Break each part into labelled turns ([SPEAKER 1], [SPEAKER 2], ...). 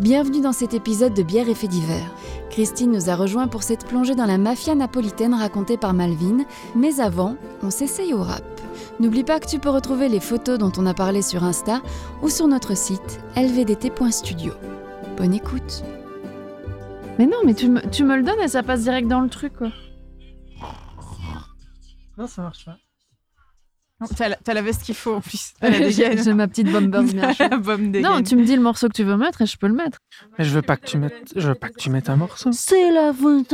[SPEAKER 1] Bienvenue dans cet épisode de Bière et Faits divers. Christine nous a rejoints pour cette plongée dans la mafia napolitaine racontée par Malvin, mais avant, on s'essaye au rap. N'oublie pas que tu peux retrouver les photos dont on a parlé sur Insta ou sur notre site lvdt.studio. Bonne écoute.
[SPEAKER 2] Mais non, mais tu me, tu me le donnes et ça passe direct dans le truc, quoi.
[SPEAKER 3] Non, ça marche pas.
[SPEAKER 4] T'as la, t'as la veste qu'il faut en plus. T'as Ah, la dégaine.
[SPEAKER 2] J'ai ma petite bombe bombe bien chaude.
[SPEAKER 4] La bombe dégaine.
[SPEAKER 2] Non, tu me dis le morceau que tu veux mettre et je peux le mettre.
[SPEAKER 3] Mais je veux pas que tu mettes, je veux pas que tu mettes un morceau.
[SPEAKER 2] C'est la faute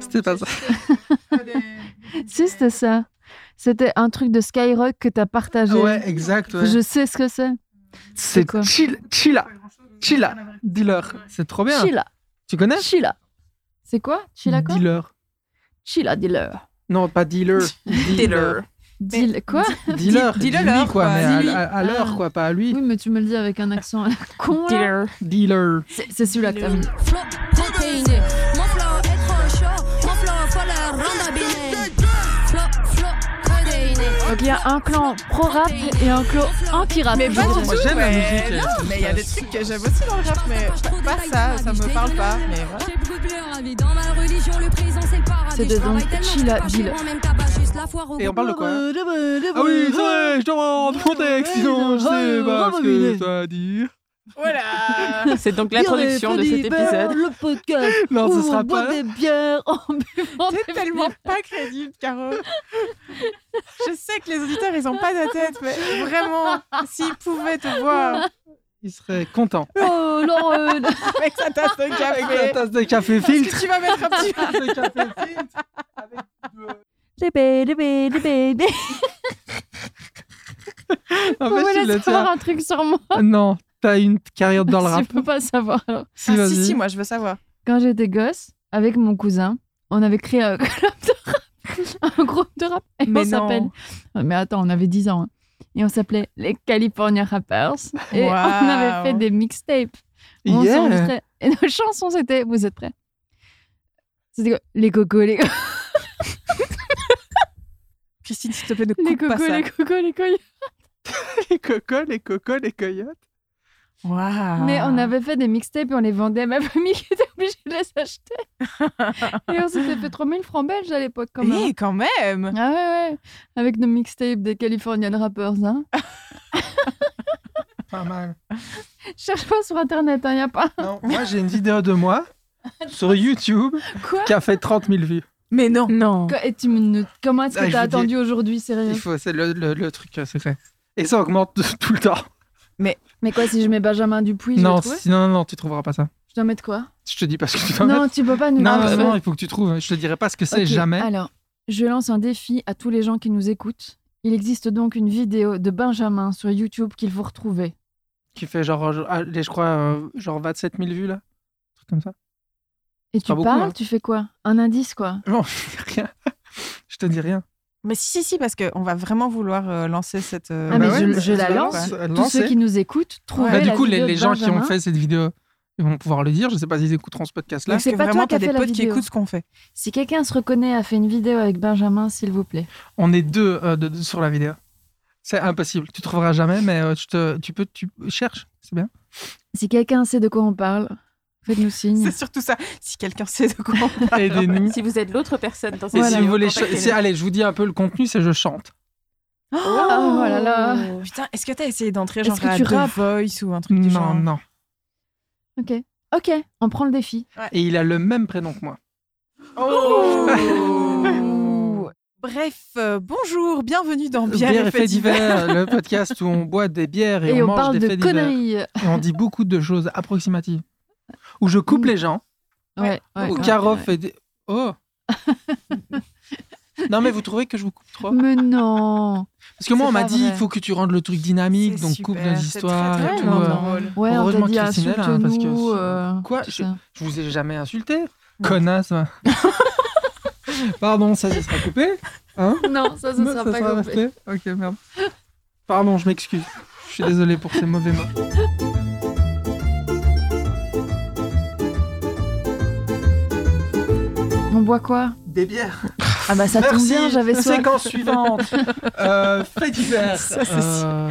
[SPEAKER 3] C'était pas ça.
[SPEAKER 2] Si, c'était ça. C'était un truc de Skyrock que t'as partagé.
[SPEAKER 3] Ouais, exact. ouais.
[SPEAKER 2] Je sais ce que c'est.
[SPEAKER 3] C'est
[SPEAKER 2] quoi
[SPEAKER 3] chill, chilla, chilla, dealer. C'est trop bien.
[SPEAKER 2] Chila.
[SPEAKER 3] Tu connais?
[SPEAKER 2] Chila. C'est quoi Chila quoi
[SPEAKER 3] Dealer.
[SPEAKER 2] Chila dealer.
[SPEAKER 3] Non, pas dealer.
[SPEAKER 4] Dealer.
[SPEAKER 2] Deal quoi
[SPEAKER 3] Dealer.
[SPEAKER 4] Dis- dis-le
[SPEAKER 3] Dis-lui,
[SPEAKER 4] leur,
[SPEAKER 3] quoi,
[SPEAKER 4] quoi.
[SPEAKER 3] mais à-
[SPEAKER 4] Dis-lui.
[SPEAKER 3] à, à l'heure, quoi, pas à lui.
[SPEAKER 2] Oui, mais tu me le dis avec un accent à la con. là.
[SPEAKER 3] Dealer.
[SPEAKER 4] Dealer.
[SPEAKER 2] C'est c'est celui-là que t'as mis.
[SPEAKER 5] Flop 31 Mon flow est trop chaud Mon flow faut le rendre abîmé Flop, flop 31
[SPEAKER 2] Donc il y a un clan pro-rap et un clan anti-rap.
[SPEAKER 4] Mais pas du
[SPEAKER 2] Je-
[SPEAKER 4] tout.
[SPEAKER 3] Moi, j'aime la
[SPEAKER 4] ouais.
[SPEAKER 3] musique, là,
[SPEAKER 4] Non, mais il y a des trucs que j'aime aussi dans le rap, mais pas ça, ça me parle pas. Mais voilà.
[SPEAKER 5] J'ai beaucoup de leur avis Dans ma religion le présent c'est le paradis
[SPEAKER 2] C'est de
[SPEAKER 5] Je travaille
[SPEAKER 2] donc
[SPEAKER 5] tellement que je
[SPEAKER 2] Chilla
[SPEAKER 5] peux pas chez
[SPEAKER 2] Bill.
[SPEAKER 5] moi, Même tabac juste la foire au
[SPEAKER 3] Et on parle de quoi hein Ah
[SPEAKER 2] Ah
[SPEAKER 3] oui, ouais, je demande mon texte, sinon je sais pas ce que ça veut dire.
[SPEAKER 4] Voilà.
[SPEAKER 6] C'est donc
[SPEAKER 4] euh,
[SPEAKER 6] l'introduction de cet épisode.
[SPEAKER 2] Eh ben, Le podcast.
[SPEAKER 3] Non, ce sera pas.
[SPEAKER 2] des bières en buvant
[SPEAKER 4] T'es tellement pas crédible, Caro. Je sais que les auditeurs, ils ont pas de tête, mais vraiment, s'ils pouvaient te voir
[SPEAKER 3] Il serait content.
[SPEAKER 2] Oh,
[SPEAKER 4] avec sa tasse de
[SPEAKER 3] Avec la
[SPEAKER 4] café.
[SPEAKER 3] tasse de café
[SPEAKER 4] Est-ce
[SPEAKER 3] filtre.
[SPEAKER 4] que tu vas mettre un petit Ah,
[SPEAKER 3] Tasse de café filtre. Avec de- En fait, tu le tiens.
[SPEAKER 2] savoir un truc sur moi.
[SPEAKER 3] Non, t'as une carrière dans le
[SPEAKER 2] Je
[SPEAKER 3] rap.
[SPEAKER 2] peux pas savoir. alors.
[SPEAKER 3] Si,
[SPEAKER 4] Ah,
[SPEAKER 3] vas-y.
[SPEAKER 4] si, si, moi, je veux savoir.
[SPEAKER 2] Quand j'étais gosse, avec mon cousin, on avait créé un club de rap. Un groupe de rap. Et on s'appelle. Mais attends, on avait 10 ans. hein. Et on s'appelait les California Rappers. Et on
[SPEAKER 4] Waouh.
[SPEAKER 2] avait fait des mixtapes. On
[SPEAKER 3] Yeah.
[SPEAKER 2] s'enregistrait. Et nos chansons, c'était. Vous êtes prêts C'était quoi Les cocos, les,
[SPEAKER 4] Christine, s'il te plaît, ne coupe
[SPEAKER 2] les
[SPEAKER 4] pas
[SPEAKER 2] cocos,
[SPEAKER 4] ça.
[SPEAKER 2] les cocos, les coyotes.
[SPEAKER 3] Les cocos, les cocos, les coyotes.
[SPEAKER 4] Waouh.
[SPEAKER 2] Mais on avait fait des mixtapes et on les vendait à ma famille qui était obligée de les acheter. et on s'était fait 3000 francs belges à l'époque, quand même.
[SPEAKER 4] Eh, quand même.
[SPEAKER 2] Ah ouais, ouais. Avec nos mixtapes des Californian Rappers. Hein.
[SPEAKER 3] Ah. Pas mal.
[SPEAKER 2] Cherche pas sur internet, il n'y a pas.
[SPEAKER 3] Non, moi j'ai une vidéo de moi sur YouTube
[SPEAKER 2] Quoi
[SPEAKER 3] qui a fait 30 000 vues.
[SPEAKER 4] Mais non. Non.
[SPEAKER 2] Quoi, Et tu me- ne- Comment est-ce
[SPEAKER 3] Ah,
[SPEAKER 2] que
[SPEAKER 3] je
[SPEAKER 2] t'as
[SPEAKER 3] vous dis-
[SPEAKER 2] attendu aujourd'hui,
[SPEAKER 3] Il
[SPEAKER 2] sérieux
[SPEAKER 3] faut, c'est le, le- le truc, euh, c'est ça. Et ça augmente tout le temps.
[SPEAKER 2] Mais quoi, si je mets Benjamin Dupuis, je
[SPEAKER 3] non,
[SPEAKER 2] vais trouver
[SPEAKER 3] si- non, non, non, tu trouveras pas ça.
[SPEAKER 2] Je dois mettre quoi
[SPEAKER 3] Je te dis pas ce que tu dois mettre.
[SPEAKER 2] Non, tu peux pas nous
[SPEAKER 3] Non,
[SPEAKER 2] le
[SPEAKER 3] non,
[SPEAKER 2] faire.
[SPEAKER 3] non, il faut que tu trouves. Je te dirai pas ce que c'est
[SPEAKER 2] Ok,
[SPEAKER 3] jamais.
[SPEAKER 2] Alors, je lance un défi à tous les gens qui nous écoutent. Il existe donc une vidéo de Benjamin sur YouTube qu'il faut retrouver.
[SPEAKER 3] Qui fait genre, euh, ah, les- je crois, euh, genre 27 000 vues là. Un truc comme ça.
[SPEAKER 2] Et tu
[SPEAKER 3] pas beaucoup,
[SPEAKER 2] parles,
[SPEAKER 3] hein.
[SPEAKER 2] tu fais quoi Un indice, quoi
[SPEAKER 3] Non, je te dis rien. Je te dis rien.
[SPEAKER 4] Mais si, si, si, parce qu'on va vraiment vouloir euh, lancer cette. euh,
[SPEAKER 2] Ah, mais
[SPEAKER 3] Bah
[SPEAKER 2] je-
[SPEAKER 3] ouais,
[SPEAKER 2] je
[SPEAKER 3] tu
[SPEAKER 2] la
[SPEAKER 3] dois
[SPEAKER 2] lance.
[SPEAKER 3] lancer.
[SPEAKER 2] Tous ceux
[SPEAKER 3] Lancer.
[SPEAKER 2] qui nous écoutent, trouvent la
[SPEAKER 3] Bah, du coup, les,
[SPEAKER 2] vidéo
[SPEAKER 3] les
[SPEAKER 2] de
[SPEAKER 3] gens qui ont
[SPEAKER 2] Benjamin.
[SPEAKER 3] fait cette vidéo, ils vont pouvoir le dire. Je sais pas s'ils écouteront ce podcast là.
[SPEAKER 4] Parce
[SPEAKER 2] c'est
[SPEAKER 4] que
[SPEAKER 2] pas toi
[SPEAKER 4] vraiment,
[SPEAKER 2] qui as
[SPEAKER 4] t'as des
[SPEAKER 2] fait la
[SPEAKER 4] potes qui
[SPEAKER 2] vidéo.
[SPEAKER 4] écoutent ce qu'on fait.
[SPEAKER 2] Si quelqu'un se reconnaît a fait une vidéo avec Benjamin, s'il vous plaît.
[SPEAKER 3] On est deux euh, de- de- sur la vidéo. C'est impossible. Tu trouveras jamais, mais euh, tu, te, tu peux, tu cherches. C'est bien.
[SPEAKER 2] Si quelqu'un sait de quoi on parle, faites-nous signe.
[SPEAKER 4] C'est surtout ça. Si quelqu'un sait de quoi on parle.
[SPEAKER 3] Aidez-nous.
[SPEAKER 6] Si vous êtes l'autre personne dans
[SPEAKER 3] Et
[SPEAKER 6] cette
[SPEAKER 3] si vous voulez, cha- c'est-
[SPEAKER 6] contactez-nous.
[SPEAKER 3] allez, je vous dis un peu le contenu, c'est je chante.
[SPEAKER 2] Oh, là là.
[SPEAKER 4] Putain, est-ce que t'as essayé d'entrer
[SPEAKER 2] Est-ce
[SPEAKER 4] genre
[SPEAKER 2] que
[SPEAKER 4] à
[SPEAKER 2] tu
[SPEAKER 4] The
[SPEAKER 2] rappes
[SPEAKER 4] Voice ou un truc du genre
[SPEAKER 3] Non, non.
[SPEAKER 2] Ok. Ok, on prend le défi.
[SPEAKER 3] Et il a le même prénom que moi.
[SPEAKER 4] Oh. Bref, euh, bonjour, bienvenue
[SPEAKER 3] Euh,
[SPEAKER 4] dans Bière, et Faits divers.
[SPEAKER 3] le podcast où on boit des bières et,
[SPEAKER 2] Et, on,
[SPEAKER 3] mange
[SPEAKER 2] parle
[SPEAKER 3] des
[SPEAKER 2] de
[SPEAKER 3] faits divers.
[SPEAKER 2] conneries.
[SPEAKER 3] Et on dit beaucoup de choses approximatives. Où je coupe
[SPEAKER 2] Mm.
[SPEAKER 3] les gens,
[SPEAKER 2] Ouais, ouais,
[SPEAKER 3] où
[SPEAKER 2] ouais,
[SPEAKER 3] Caro
[SPEAKER 2] ouais.
[SPEAKER 3] fait des... Oh Non, mais vous trouvez que je vous coupe trop
[SPEAKER 2] Mais non
[SPEAKER 3] Parce que moi,
[SPEAKER 2] C'est
[SPEAKER 3] on m'a
[SPEAKER 2] pas
[SPEAKER 3] dit, il
[SPEAKER 2] vrai.
[SPEAKER 3] faut que tu rendes le truc dynamique,
[SPEAKER 4] C'est
[SPEAKER 3] donc coupe
[SPEAKER 4] super,
[SPEAKER 3] nos
[SPEAKER 4] c'est
[SPEAKER 3] histoires
[SPEAKER 4] très,
[SPEAKER 3] et
[SPEAKER 4] très
[SPEAKER 3] tout.
[SPEAKER 4] bien,
[SPEAKER 3] euh.
[SPEAKER 4] drôle.
[SPEAKER 2] Ouais, on
[SPEAKER 3] Heureusement
[SPEAKER 2] t'a dit
[SPEAKER 3] Christine est là, hein, parce que-
[SPEAKER 2] insulte-nous. euh,
[SPEAKER 3] Quoi
[SPEAKER 2] tout
[SPEAKER 3] Je-
[SPEAKER 2] ça.
[SPEAKER 3] Je vous ai jamais insulté Connasse va. Pardon, ça, ça sera coupé Hein
[SPEAKER 2] Non, ça, ça
[SPEAKER 3] Non,
[SPEAKER 2] sera
[SPEAKER 3] ça
[SPEAKER 2] pas
[SPEAKER 3] sera
[SPEAKER 2] compris.
[SPEAKER 3] resté Ok, merde. Pardon, je m'excuse. Je suis désolé pour ces mauvais mots.
[SPEAKER 2] On boit quoi
[SPEAKER 3] Des bières.
[SPEAKER 2] Ah bah ça tombe bien, j'avais soif.
[SPEAKER 3] Séquence suivante. Euh, fait divers.
[SPEAKER 4] Ça, c'est
[SPEAKER 3] Euh,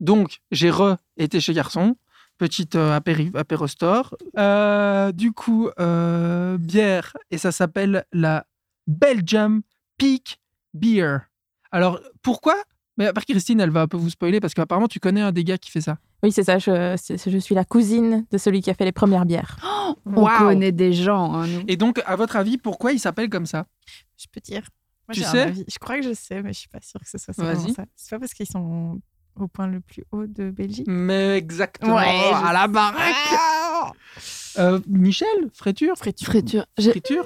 [SPEAKER 3] Donc, j'ai re été chez Garçon, petite euh, apéri- apéro store. Euh, du coup, euh, bière, et ça s'appelle la Belgium Peak Beer. Alors, pourquoi Mais à part Christine, elle va un peu vous spoiler parce qu'apparemment, tu connais un des gars qui fait ça.
[SPEAKER 6] Oui, c'est ça. Je, c'est- je suis la cousine de celui qui a fait les premières bières.
[SPEAKER 2] On
[SPEAKER 3] Waouh
[SPEAKER 2] connaît des gens, hein, nous.
[SPEAKER 3] Et donc, à votre avis, pourquoi il s'appelle comme ça
[SPEAKER 4] Je peux dire. Moi,
[SPEAKER 3] Tu
[SPEAKER 4] j'ai un
[SPEAKER 3] sais
[SPEAKER 4] avis. Je crois que je sais, mais je suis pas sûre que ce soit ça.
[SPEAKER 3] Vas-y.
[SPEAKER 4] vraiment ça. C'est pas parce qu'ils sont au point le plus haut de Belgique.
[SPEAKER 3] Mais exactement,
[SPEAKER 4] Ouais, je
[SPEAKER 3] à la baraque Euh, Michel, fréture
[SPEAKER 4] Friture.
[SPEAKER 2] Friture. J'ai-
[SPEAKER 3] Friture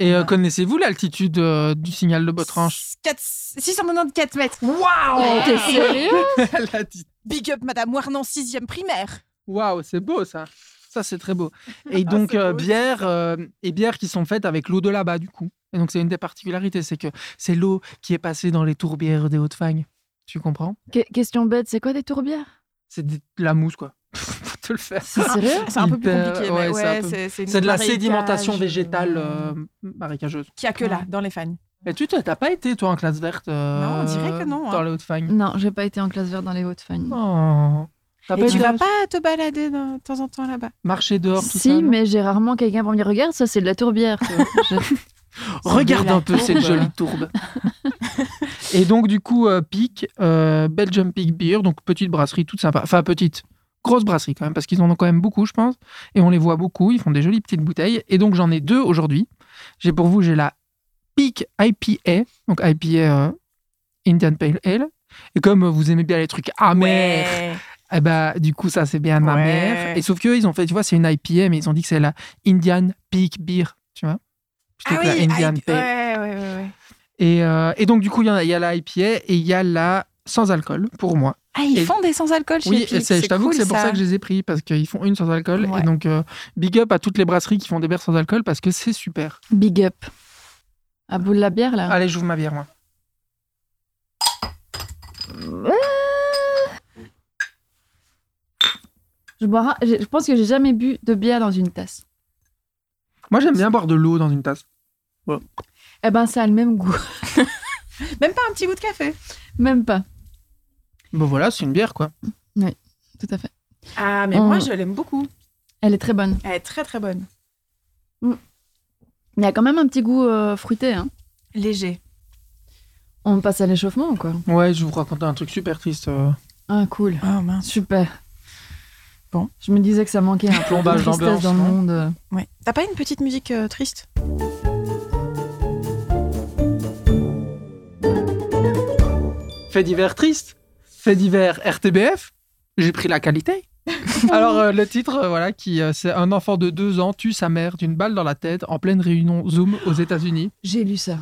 [SPEAKER 3] Et euh, connaissez-vous l'altitude euh, du signal de Botrange
[SPEAKER 4] 4... 694 mètres.
[SPEAKER 3] Waouh
[SPEAKER 2] Oh, T'es sérieux
[SPEAKER 3] Elle a dit
[SPEAKER 4] Big up, Madame Warnan, 6 primaire.
[SPEAKER 3] Waouh, c'est beau ça. Ça, c'est très beau. Et
[SPEAKER 4] Ah,
[SPEAKER 3] donc,
[SPEAKER 4] c'est
[SPEAKER 3] euh,
[SPEAKER 4] beau,
[SPEAKER 3] bières, euh, et bières qui sont faites avec l'eau de là-bas, du coup. Et donc, c'est une des particularités, c'est que c'est l'eau qui est passée dans les tourbières des Hautes-Fagnes. Tu comprends
[SPEAKER 2] Que- Question bête, c'est quoi des tourbières
[SPEAKER 3] C'est des- de la mousse, quoi. Faut te le faire.
[SPEAKER 2] C'est sérieux
[SPEAKER 4] C'est un peu plus
[SPEAKER 3] Hyper-
[SPEAKER 4] compliqué,
[SPEAKER 3] ouais,
[SPEAKER 4] mais
[SPEAKER 3] c'est un
[SPEAKER 4] ouais,
[SPEAKER 3] peu-
[SPEAKER 4] c'est c'est une
[SPEAKER 3] C'est de la
[SPEAKER 4] marécage,
[SPEAKER 3] sédimentation
[SPEAKER 4] euh,
[SPEAKER 3] végétale euh, marécageuse.
[SPEAKER 4] Qu'il y a que là, dans les fans.
[SPEAKER 3] Mais tu t'as t'as pas été, toi, en classe verte euh,
[SPEAKER 4] Non, on dirait que non,
[SPEAKER 3] Dans
[SPEAKER 4] hein. Mm.
[SPEAKER 3] les Hautes-Fagnes.
[SPEAKER 2] Non, j'ai pas été en classe verte dans les Hautes-Fagnes.
[SPEAKER 3] Oh. T'as pas
[SPEAKER 4] Et tu
[SPEAKER 3] été
[SPEAKER 4] vas pas te balader dans- de temps en temps là-bas.
[SPEAKER 3] marcher dehors, tout ça
[SPEAKER 2] Si,
[SPEAKER 3] non
[SPEAKER 2] mais j'ai rarement quelqu'un pour me dire regarde, ça c'est de la tourbière. tu vois. Je-
[SPEAKER 3] Regarde un peu cette
[SPEAKER 2] tourbe.
[SPEAKER 3] jolie tourbe. et donc, du coup, euh, Peak, euh, Belgium Peak Beer, donc petite brasserie toute sympa. Enfin, petite, grosse brasserie quand même, parce qu'ils en ont quand même beaucoup, je pense. Et on les voit beaucoup, ils font des jolies petites bouteilles. Et donc, j'en ai deux aujourd'hui. J'ai pour vous, j'ai la Peak IPA, donc IPA euh, Indian Pale Ale. Et comme euh, vous aimez bien les trucs amers, eh ben, du coup, ça, c'est bien ma
[SPEAKER 4] Ouais.
[SPEAKER 3] mère. Et sauf qu'eux, ils ont fait, tu vois, c'est une IPA, mais ils ont dit que c'est la Indian Peak Beer, tu vois. Plutôt
[SPEAKER 4] Ah
[SPEAKER 3] que la
[SPEAKER 4] oui,
[SPEAKER 3] Indian
[SPEAKER 4] hype.
[SPEAKER 3] Pale.
[SPEAKER 4] ouais, ouais, ouais, ouais.
[SPEAKER 3] Et, euh, et donc, du coup, il y, en a- il y a la IPA et il y a la sans alcool pour moi.
[SPEAKER 4] Ah, ils
[SPEAKER 3] Et-
[SPEAKER 4] font des sans-alcool chez
[SPEAKER 3] Oui,
[SPEAKER 4] Epic,
[SPEAKER 3] et c'est- je t'avoue
[SPEAKER 4] cool,
[SPEAKER 3] que c'est pour ça. que je les ai pris parce qu'ils font une sans alcool.
[SPEAKER 4] Ouais.
[SPEAKER 3] Et donc, euh, big up à toutes les brasseries qui font des bières sans alcool parce que c'est super.
[SPEAKER 2] Big up. À bout de la bière là.
[SPEAKER 3] Allez, j'ouvre ma bière, moi.
[SPEAKER 2] Je, bois, je je pense que j'ai jamais bu de bière dans une tasse.
[SPEAKER 3] Moi, j'aime bien boire de l'eau dans une tasse.
[SPEAKER 2] Eh ben, ça a le même goût.
[SPEAKER 4] Même pas un petit goût de café.
[SPEAKER 2] Même pas.
[SPEAKER 3] Bon, Bah voilà, c'est une bière, quoi.
[SPEAKER 2] Tout à fait.
[SPEAKER 4] Ah, mais
[SPEAKER 2] Hum.
[SPEAKER 4] moi, je l'aime beaucoup.
[SPEAKER 2] Elle est très bonne.
[SPEAKER 4] Elle est très, très bonne.
[SPEAKER 2] Il y a quand même un petit goût euh, fruité. hein.
[SPEAKER 4] Léger.
[SPEAKER 2] On passe à l'échauffement ou quoi
[SPEAKER 3] Ouais, je vais vous raconter un truc super triste. euh,
[SPEAKER 2] Ah, cool.
[SPEAKER 4] Oh mince.
[SPEAKER 2] Super.
[SPEAKER 4] Bon.
[SPEAKER 2] Je me disais que ça manquait un peu de
[SPEAKER 3] Plombage d'ambiance,
[SPEAKER 2] tristesse dans le
[SPEAKER 3] non
[SPEAKER 2] monde. euh.
[SPEAKER 4] Ouais. T'as pas une petite musique euh, triste
[SPEAKER 3] Fait divers triste. Fait divers RTBF. J'ai pris la qualité. Alors, euh, le titre, euh, voilà, qui euh, c'est Un enfant de deux ans tue sa mère d'une balle dans la tête en pleine réunion Zoom aux États-Unis.
[SPEAKER 2] J'ai lu ça.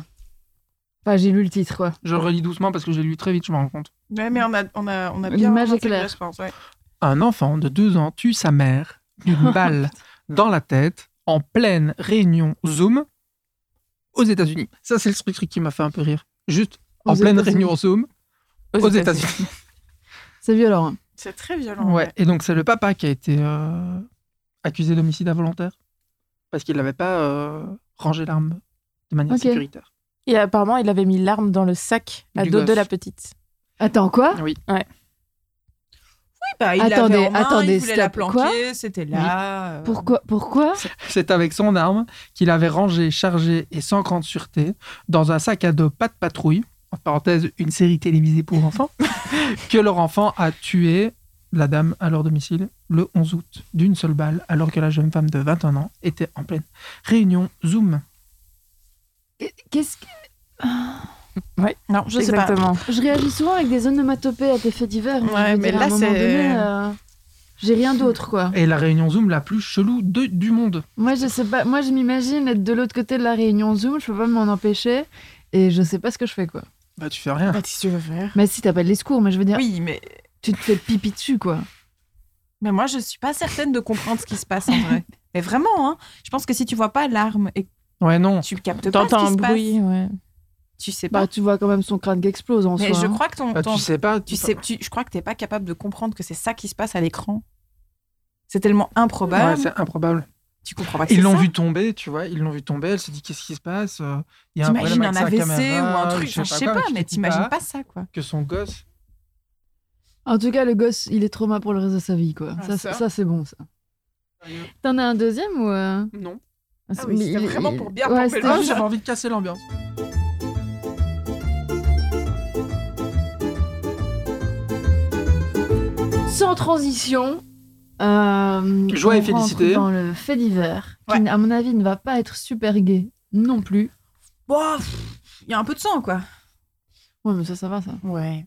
[SPEAKER 2] Enfin, j'ai lu le titre, quoi.
[SPEAKER 3] Je le relis doucement parce que j'ai lu très vite, je me rends compte.
[SPEAKER 4] Ouais, mais on a, on a, on a bien
[SPEAKER 2] L'image est
[SPEAKER 4] intégré,
[SPEAKER 2] claire.
[SPEAKER 4] je pense. ouais.
[SPEAKER 3] Un enfant de deux ans tue sa mère d'une balle dans la tête en pleine réunion Zoom aux États-Unis. Ça, c'est le truc truc qui m'a fait un peu rire. Juste en
[SPEAKER 2] Aux
[SPEAKER 3] pleine
[SPEAKER 2] États-Unis.
[SPEAKER 3] réunion Zoom aux, États-Unis.
[SPEAKER 2] C'est violent. hein.
[SPEAKER 4] C'est très violent.
[SPEAKER 3] Ouais. Et donc, c'est le papa qui a été euh, accusé d'homicide involontaire parce qu'il n'avait pas euh, rangé l'arme de manière
[SPEAKER 2] Ok.
[SPEAKER 3] sécuritaire.
[SPEAKER 6] Et apparemment, il avait mis l'arme dans le sac à
[SPEAKER 3] Du
[SPEAKER 6] dos de
[SPEAKER 3] gosse.
[SPEAKER 6] la petite.
[SPEAKER 2] Attends, quoi
[SPEAKER 3] Oui.
[SPEAKER 4] Oui, bah, il
[SPEAKER 2] Attendez,
[SPEAKER 4] l'avait en main,
[SPEAKER 2] attendez,
[SPEAKER 4] il voulait la
[SPEAKER 2] stop. Quoi
[SPEAKER 4] planquer, c'était là. euh,
[SPEAKER 2] Pourquoi Pourquoi
[SPEAKER 3] C'est avec son arme qu'il avait rangé, chargé et sans grande sûreté dans un sac à dos pas de patrouille, en parenthèse une série télévisée pour enfants, que leur enfant a tué la dame à leur domicile le 11 août d'une seule balle alors que la jeune femme de 21 ans était en pleine réunion Zoom.
[SPEAKER 2] Qu'est-ce que...
[SPEAKER 4] Non, je sais pas.
[SPEAKER 6] Exactement.
[SPEAKER 2] Je réagis souvent avec des onomatopées à tes faits divers.
[SPEAKER 4] Ouais,
[SPEAKER 2] je veux
[SPEAKER 4] mais
[SPEAKER 2] dire,
[SPEAKER 4] là,
[SPEAKER 2] à un moment
[SPEAKER 4] c'est-
[SPEAKER 2] donné, euh, j'ai rien d'autre, quoi.
[SPEAKER 3] Et la réunion Zoom la plus chelou de- du monde.
[SPEAKER 2] Moi, je sais pas. Moi, je m'imagine être de l'autre côté de la réunion Zoom. Je peux pas m'en empêcher. Et je sais pas ce que je fais, quoi.
[SPEAKER 3] Bah tu fais rien.
[SPEAKER 4] Bah, qu'est-ce que tu veux faire
[SPEAKER 2] Mais si t'appelles les secours, mais je veux dire,
[SPEAKER 4] Oui, mais,
[SPEAKER 2] tu te fais pipi dessus, quoi.
[SPEAKER 4] mais moi, je suis pas certaine de comprendre ce qui se passe en vrai. Mais vraiment, hein, je pense que si tu vois pas l'arme et que
[SPEAKER 3] Ouais non.
[SPEAKER 4] tu captes pas ce
[SPEAKER 6] T'entends
[SPEAKER 4] qui
[SPEAKER 6] un
[SPEAKER 4] se
[SPEAKER 6] bruit,
[SPEAKER 4] passe,
[SPEAKER 6] ouais.
[SPEAKER 4] tu sais pas.
[SPEAKER 2] Bah, tu vois quand même son crâne qui explose en
[SPEAKER 4] mais
[SPEAKER 2] soi.
[SPEAKER 4] je
[SPEAKER 2] hein.
[SPEAKER 4] crois que ton,
[SPEAKER 3] Bah,
[SPEAKER 4] ton-
[SPEAKER 3] tu sais pas.
[SPEAKER 4] tu sais, tu- je crois que t'es pas capable de comprendre que c'est ça qui se passe à l'écran. C'est tellement improbable,
[SPEAKER 3] Ouais, c'est improbable.
[SPEAKER 4] tu comprends pas que
[SPEAKER 3] Ils
[SPEAKER 4] Ah, c'est
[SPEAKER 3] l'ont
[SPEAKER 4] ça.
[SPEAKER 3] vu tomber, tu vois, ils l'ont vu tomber, elle se dit qu'est-ce qui se passe euh, Il y a un
[SPEAKER 4] T'imagines
[SPEAKER 3] problème
[SPEAKER 4] un
[SPEAKER 3] avec sa
[SPEAKER 4] AVC ou
[SPEAKER 3] caméra,
[SPEAKER 4] un truc, enfin, je sais
[SPEAKER 3] quoi,
[SPEAKER 4] pas,
[SPEAKER 3] tu
[SPEAKER 4] mais
[SPEAKER 3] te dis
[SPEAKER 4] t'imagines pas ça, quoi.
[SPEAKER 3] que son gosse
[SPEAKER 2] En tout cas, le gosse, il est trauma pour le reste de sa vie, quoi.
[SPEAKER 4] Ah,
[SPEAKER 2] ça,
[SPEAKER 4] ça.
[SPEAKER 2] c'est- ça, c'est bon, ça.
[SPEAKER 3] Sérieux
[SPEAKER 2] T'en as un deuxième ou euh,
[SPEAKER 3] Non.
[SPEAKER 4] Ah oui,
[SPEAKER 2] mais
[SPEAKER 4] c'était
[SPEAKER 2] il-
[SPEAKER 4] vraiment pour bien
[SPEAKER 2] Ouais,
[SPEAKER 4] pomper le
[SPEAKER 2] c'était
[SPEAKER 4] Ah,
[SPEAKER 3] Ah,
[SPEAKER 2] juste-
[SPEAKER 3] j'avais envie de casser l'ambiance.
[SPEAKER 2] sans transition. Euh,
[SPEAKER 3] Joie et
[SPEAKER 2] on rentre
[SPEAKER 3] félicité.
[SPEAKER 2] Dans le fait divers,
[SPEAKER 4] Ouais.
[SPEAKER 2] qui, à mon avis, ne va pas être super gay non plus.
[SPEAKER 4] Bon, pff, il y a un peu de sang, quoi.
[SPEAKER 2] Ouais, mais ça, ça va, ça.
[SPEAKER 4] Ouais.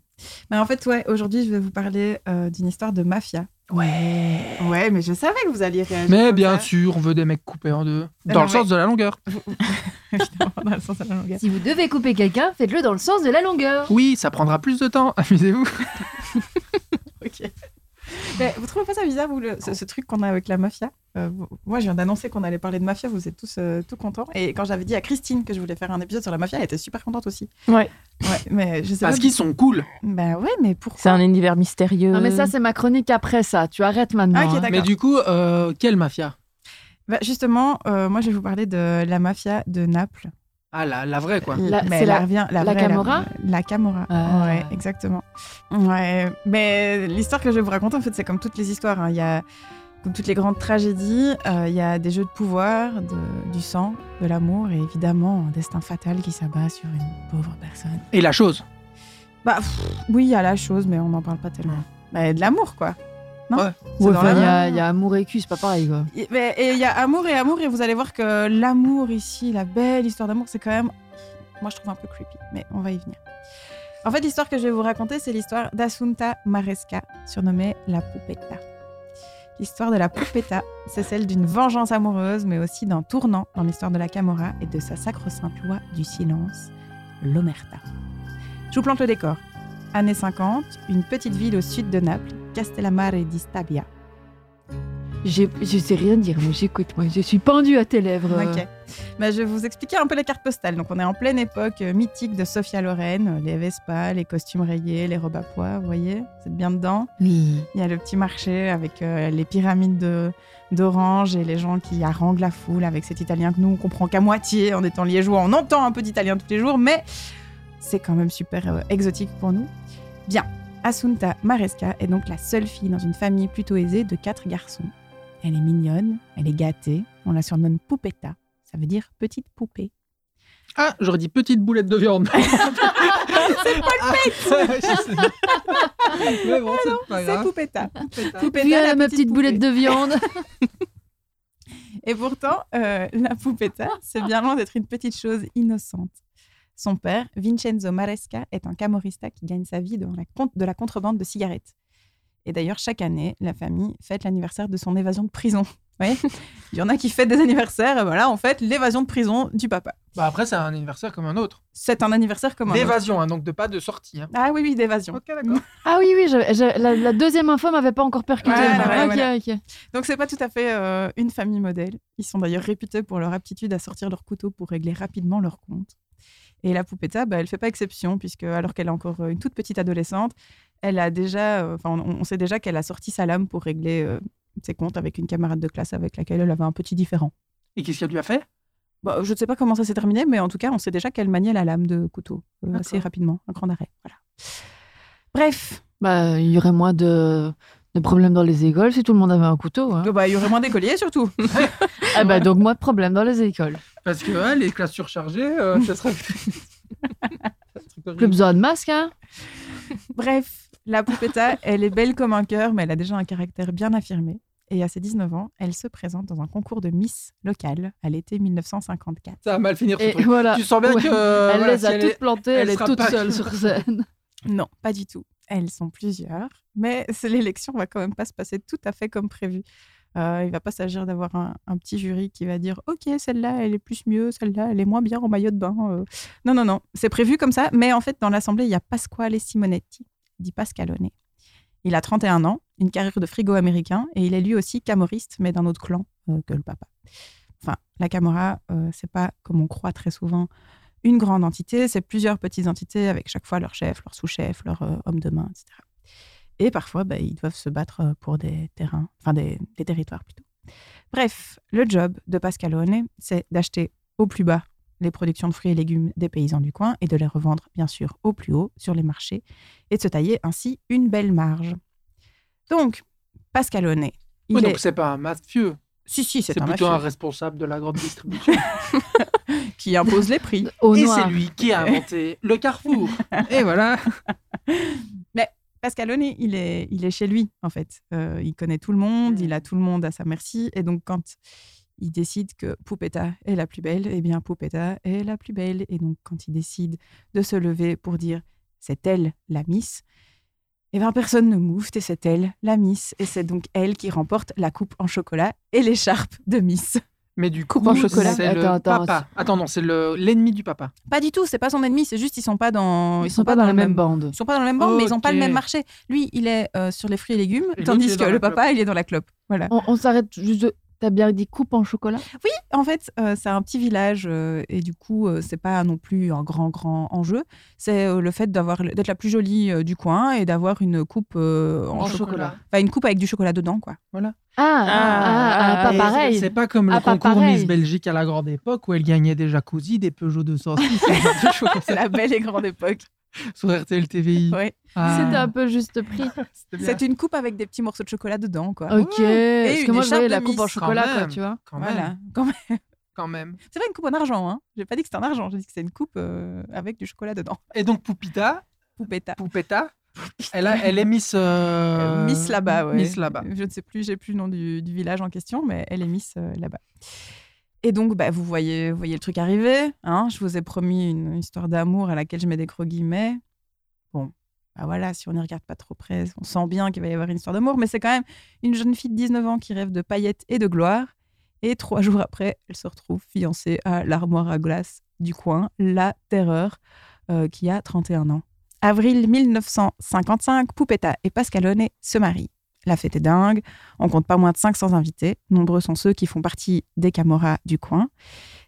[SPEAKER 4] Mais en fait, ouais, aujourd'hui, je vais vous parler euh, d'une histoire de mafia. Ouais. Ouais, mais je savais que vous alliez réagir.
[SPEAKER 3] Mais
[SPEAKER 4] comme
[SPEAKER 3] bien
[SPEAKER 4] ça.
[SPEAKER 3] sûr, on veut des mecs coupés en deux.
[SPEAKER 4] Mais
[SPEAKER 3] Dans
[SPEAKER 4] Eh non,
[SPEAKER 3] le sens de la longueur.
[SPEAKER 4] Évidemment, dans le sens de la longueur.
[SPEAKER 2] Si vous devez couper quelqu'un, faites-le dans le sens de la longueur.
[SPEAKER 3] Oui, ça prendra plus de temps, amusez-vous.
[SPEAKER 4] Ok. Mais vous trouvez pas ça bizarre, vous, le- ce, ce truc qu'on a avec la mafia Euh, vous- Moi, je viens d'annoncer qu'on allait parler de mafia, vous êtes tous euh, tout contents. Et quand j'avais dit à Christine que je voulais faire un épisode sur la mafia, elle était super contente aussi.
[SPEAKER 6] Ouais.
[SPEAKER 4] Ouais, mais je sais
[SPEAKER 3] Parce
[SPEAKER 4] pas.
[SPEAKER 3] qu'ils sont cool.
[SPEAKER 4] Bah ouais, mais pourquoi
[SPEAKER 6] C'est un univers mystérieux.
[SPEAKER 2] Non, mais ça, c'est ma chronique après ça. Tu arrêtes maintenant.
[SPEAKER 4] Ah, ok,
[SPEAKER 2] hein.
[SPEAKER 4] d'accord.
[SPEAKER 3] Mais du coup, euh, quelle mafia
[SPEAKER 4] Bah, Justement, euh, moi, je vais vous parler de la mafia de Naples.
[SPEAKER 3] Ah, la, la vraie, quoi.
[SPEAKER 2] La-
[SPEAKER 4] Mais
[SPEAKER 2] c'est la-
[SPEAKER 4] revient- la,
[SPEAKER 2] la
[SPEAKER 4] vraie,
[SPEAKER 2] Camorra
[SPEAKER 4] La, la Camorra,
[SPEAKER 2] Ah.
[SPEAKER 4] ouais, exactement. Ouais, mais l'histoire que je vais vous raconter, en fait, c'est comme toutes les histoires. hein. Il y a, comme toutes les grandes tragédies, euh, il y a des jeux de pouvoir, de- du sang, de l'amour et évidemment un destin fatal qui s'abat sur une pauvre personne.
[SPEAKER 3] Et la chose.
[SPEAKER 4] Bah pff, oui, il y a la chose, mais on n'en parle pas tellement. Bah, de l'amour, quoi. Non
[SPEAKER 3] Ouais.
[SPEAKER 4] C'est
[SPEAKER 2] Ouais,
[SPEAKER 4] dans
[SPEAKER 2] enfin, il y,
[SPEAKER 4] l'amour.
[SPEAKER 2] a- il y a amour et cul, c'est pas pareil, quoi.
[SPEAKER 4] Et- mais- Et il y a amour et amour, et vous allez voir que l'amour ici, la belle histoire d'amour, c'est quand même. Moi, je trouve un peu creepy, mais on va y venir. En fait, l'histoire que je vais vous raconter, c'est l'histoire d'Assunta Maresca, surnommée la Poupetta. L'histoire de la Poupetta, c'est celle d'une vengeance amoureuse, mais aussi d'un tournant dans l'histoire de la Camorra et de sa sacro-sainte loi du silence, l'Omerta. Je vous plante le décor. Années 50, une petite ville au sud de Naples, Castellamare di Stabia.
[SPEAKER 2] J'ai- Je sais rien dire, mais j'écoute, moi. Je suis pendue à tes lèvres. euh.
[SPEAKER 4] Ok. Bah, je vais vous expliquer un peu les cartes postales. Donc, on est en pleine époque euh, mythique de Sophia Loren, euh, les Vespa, les costumes rayés, les robes à pois, vous voyez Vous êtes bien dedans.
[SPEAKER 2] Oui.
[SPEAKER 4] Il y a le petit marché avec euh, les pyramides de- d'orange et les gens qui haranguent la foule avec cet italien que nous, on comprend qu'à moitié en étant liégeois. On entend un peu d'italien tous les jours, mais c'est quand même super euh, exotique pour nous. Bien. Assunta Maresca est donc la seule fille dans une famille plutôt aisée de quatre garçons. Elle est mignonne, elle est gâtée, on la surnomme Poupetta, ça veut dire petite poupée.
[SPEAKER 3] Ah, j'aurais dit petite boulette de viande. Ah, c'est pas le fait Mais bon, c'est pas
[SPEAKER 4] Ah C'est
[SPEAKER 3] grave.
[SPEAKER 4] Poupetta. Poupetta,
[SPEAKER 2] Puis elle a ma petite boulette de viande.
[SPEAKER 4] Et pourtant, euh, la poupetta, c'est bien loin d'être une petite chose innocente. Son père, Vincenzo Maresca, est un camorrista qui gagne sa vie dans la con- de la contrebande de cigarettes. Et d'ailleurs, chaque année, la famille fête l'anniversaire de son évasion de prison. Vous voyez Il y en a qui fêtent des anniversaires, et voilà, on fête l'évasion de prison du papa.
[SPEAKER 3] Bah après, c'est un anniversaire comme un autre.
[SPEAKER 4] C'est un anniversaire comme un autre.
[SPEAKER 3] D'évasion, hein, donc de pas de sortie. hein.
[SPEAKER 4] Ah oui, oui, d'évasion.
[SPEAKER 3] Ok, d'accord.
[SPEAKER 2] Ah oui, oui, j'avais- j'avais- la, la deuxième info m'avait pas encore percuté.
[SPEAKER 4] Voilà,
[SPEAKER 2] moi.
[SPEAKER 4] voilà,
[SPEAKER 2] ok,
[SPEAKER 4] voilà.
[SPEAKER 2] ok.
[SPEAKER 4] Donc c'est pas tout à fait euh, une famille modèle. Ils sont d'ailleurs réputés pour leur aptitude à sortir leur couteau pour régler rapidement leurs comptes. Et la poupetta, bah, elle fait pas exception puisque alors qu'elle est encore euh, une toute petite adolescente, elle a déjà, euh, enfin on, on sait déjà qu'elle a sorti sa lame pour régler euh, ses comptes avec une camarade de classe avec laquelle elle avait un petit différent.
[SPEAKER 3] Et qu'est-ce qu'elle lui a fait
[SPEAKER 4] Bah, je ne sais pas comment ça s'est terminé, mais en tout cas, on sait déjà qu'elle maniait la lame de couteau euh,
[SPEAKER 3] D'accord.
[SPEAKER 4] assez rapidement, un grand arrêt. Voilà. Bref,
[SPEAKER 2] Bah, il y aurait moins de, de problèmes dans les écoles si tout le monde avait un couteau. hein.
[SPEAKER 4] bah, il y aurait moins d'écoliers surtout.
[SPEAKER 2] Ah bah donc moins de problèmes dans les écoles.
[SPEAKER 3] Parce que hein, les classes surchargées, euh, ça serait.
[SPEAKER 2] Plus besoin de masque, hein
[SPEAKER 4] Bref, la poupetta, elle est belle comme un cœur, mais elle a déjà un caractère bien affirmé. Et à ses 19 ans, elle se présente dans un concours de Miss locale à l'été 1954.
[SPEAKER 3] Ça va mal finir ce
[SPEAKER 2] Et
[SPEAKER 3] truc.
[SPEAKER 2] voilà.
[SPEAKER 3] Tu sens bien
[SPEAKER 2] Ouais.
[SPEAKER 3] que. euh,
[SPEAKER 2] elle
[SPEAKER 3] voilà,
[SPEAKER 2] les
[SPEAKER 3] si
[SPEAKER 2] a
[SPEAKER 3] elle
[SPEAKER 2] toutes
[SPEAKER 3] est-
[SPEAKER 2] plantées,
[SPEAKER 3] elle
[SPEAKER 2] elle, est
[SPEAKER 3] sera
[SPEAKER 2] toute
[SPEAKER 3] pas-
[SPEAKER 2] seule sur scène.
[SPEAKER 4] Non, pas du tout. Elles sont plusieurs, mais c'est- l'élection va quand même pas se passer tout à fait comme prévu. Euh, il va pas s'agir d'avoir un, un petit jury qui va dire OK, celle-là, elle est plus mieux, celle-là, elle est moins bien en maillot de bain. euh. Non, non, non, c'est prévu comme ça, mais en fait, dans l'assemblée, il y a Pasquale Simonetti, dit Pascalone. Il a 31 ans, une carrière de frigo américain, et il est lui aussi camoriste, mais d'un autre clan euh, que le papa. Enfin, la Camorra, euh, c'est pas comme on croit très souvent une grande entité, c'est plusieurs petites entités avec chaque fois leur chef, leur sous-chef, leur euh, homme de main, etc. Et parfois, bah, ils doivent se battre euh, pour des terrains, enfin des, des territoires plutôt. Bref, le job de Pascalone, c'est d'acheter au plus bas les productions de fruits et légumes des paysans du coin et de les revendre bien sûr au plus haut sur les marchés et de se tailler ainsi une belle marge. Donc, Pascal Honnet, il
[SPEAKER 3] Oui,
[SPEAKER 4] est...
[SPEAKER 3] donc c'est pas un mafieux,
[SPEAKER 4] Si, si,
[SPEAKER 3] c'est
[SPEAKER 4] c'est un
[SPEAKER 3] plutôt un
[SPEAKER 4] mafieux
[SPEAKER 3] responsable de la grande distribution.
[SPEAKER 4] qui impose les prix.
[SPEAKER 2] Au
[SPEAKER 3] Et c'est
[SPEAKER 2] noir.
[SPEAKER 3] lui qui a inventé le carrefour. Et voilà.
[SPEAKER 4] Pascalone, il est, il est chez lui, en fait. Euh, il connaît tout le monde, il a tout le monde à sa merci. Et donc, quand il décide que Poupetta est la plus belle, eh bien, Poupetta est la plus belle. Et donc, quand il décide de se lever pour dire c'est elle la Miss, eh bien, personne ne moufte et c'est elle la Miss. Et c'est donc elle qui remporte la coupe en chocolat et l'écharpe de Miss.
[SPEAKER 3] Mais du coup,
[SPEAKER 2] Coupe en chocolat.
[SPEAKER 3] c'est le
[SPEAKER 2] Attends, attends.
[SPEAKER 3] papa. Attends, non, c'est le- l'ennemi du papa.
[SPEAKER 4] Pas du tout, c'est pas son ennemi, c'est juste ils sont pas dans,
[SPEAKER 2] Ils sont pas dans la même bande.
[SPEAKER 4] Ils sont pas dans le même bande, mais ils n'ont pas le
[SPEAKER 3] Ok.
[SPEAKER 4] même marché. Lui, il est euh, sur les fruits et légumes,
[SPEAKER 3] Et l'autre, il
[SPEAKER 4] tandis
[SPEAKER 3] est
[SPEAKER 4] que
[SPEAKER 3] dans
[SPEAKER 4] le
[SPEAKER 3] la
[SPEAKER 4] papa, il est dans la clope. Voilà.
[SPEAKER 2] On, on s'arrête juste de... T'as bien dit coupe en chocolat
[SPEAKER 4] Oui, en fait, euh, c'est un petit village euh, et du coup, euh, c'est pas non plus un grand grand enjeu. C'est euh, le fait d'avoir d'être la plus jolie euh, du coin et d'avoir une coupe euh, en,
[SPEAKER 3] En
[SPEAKER 4] chocolat.
[SPEAKER 3] chocolat.
[SPEAKER 4] Enfin, une coupe avec du chocolat dedans, quoi.
[SPEAKER 2] Ah,
[SPEAKER 6] Ah,
[SPEAKER 2] ah, ah, pas
[SPEAKER 3] Et
[SPEAKER 2] pareil.
[SPEAKER 3] C'est pas comme le
[SPEAKER 2] Ah, pas
[SPEAKER 3] concours
[SPEAKER 2] pareil.
[SPEAKER 3] Miss Belgique à la grande époque où elle gagnait des jacuzzi, des Peugeot 206, ce genre de choses
[SPEAKER 4] C'est la belle et grande époque.
[SPEAKER 3] sur RTL TVI.
[SPEAKER 4] Ouais.
[SPEAKER 3] Ah.
[SPEAKER 2] C'était un peu juste pris.
[SPEAKER 3] c'était bien.
[SPEAKER 4] C'est une coupe avec des petits morceaux de chocolat dedans, quoi.
[SPEAKER 2] Ok. Parce
[SPEAKER 4] bah une
[SPEAKER 2] que moi, je voyais
[SPEAKER 4] écharpe
[SPEAKER 2] la
[SPEAKER 4] de
[SPEAKER 2] coupe en
[SPEAKER 4] Miss,
[SPEAKER 2] chocolat,
[SPEAKER 3] quand
[SPEAKER 2] quoi,
[SPEAKER 3] même.
[SPEAKER 2] tu vois.
[SPEAKER 3] Quand même.
[SPEAKER 4] Voilà. Quand même.
[SPEAKER 3] Quand même.
[SPEAKER 4] C'est pas une coupe en argent, hein. J'ai pas dit que c'était en argent, j'ai dit que c'était une coupe euh, avec du chocolat dedans.
[SPEAKER 3] Et donc Poupita,
[SPEAKER 4] Poupetta.
[SPEAKER 3] Poupetta, elle, a- elle est Miss... euh,
[SPEAKER 4] Miss là-bas, ouais.
[SPEAKER 3] Miss là-bas.
[SPEAKER 4] Je ne sais plus, j'ai plus le nom du, du village en question, mais elle est Miss euh, là-bas. Et donc, bah, vous, voyez, vous voyez le truc arriver. hein. je vous ai promis une histoire d'amour à laquelle je mets des gros guillemets. Bon, bah voilà, si on n'y regarde pas trop près, on sent bien qu'il va y avoir une histoire d'amour, mais c'est quand même une jeune fille de 19 ans qui rêve de paillettes et de gloire. Et trois jours après, elle se retrouve fiancée à l'armoire à glace du coin, la terreur, euh, qui a 31 ans. Avril 1955, Poupetta et Pascalone se marient. La fête est dingue, on compte pas moins de 500 invités, nombreux sont ceux qui font partie des Camoras du coin.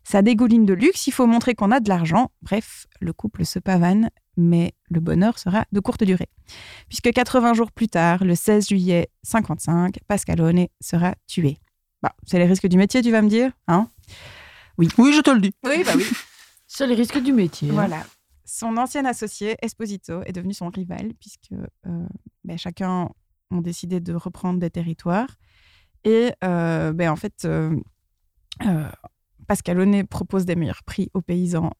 [SPEAKER 4] Ça dégouline de luxe, il faut montrer qu'on a de l'argent. Bref, le couple se pavane, mais le bonheur sera de courte durée. Puisque 80 jours plus tard, le 16 juillet 55, Pascalone sera tué. Bah, c'est les risques du métier, tu vas me dire hein
[SPEAKER 3] Oui, je te le dis.
[SPEAKER 4] Oui, bah oui.
[SPEAKER 2] C'est les risques du métier. hein.
[SPEAKER 4] Voilà. Son ancien associé, Esposito, est devenu son rival, puisque euh, ben, chacun ont décidé de reprendre des territoires. Et euh, ben, en fait, euh, euh, Pascalone propose des meilleurs prix aux paysans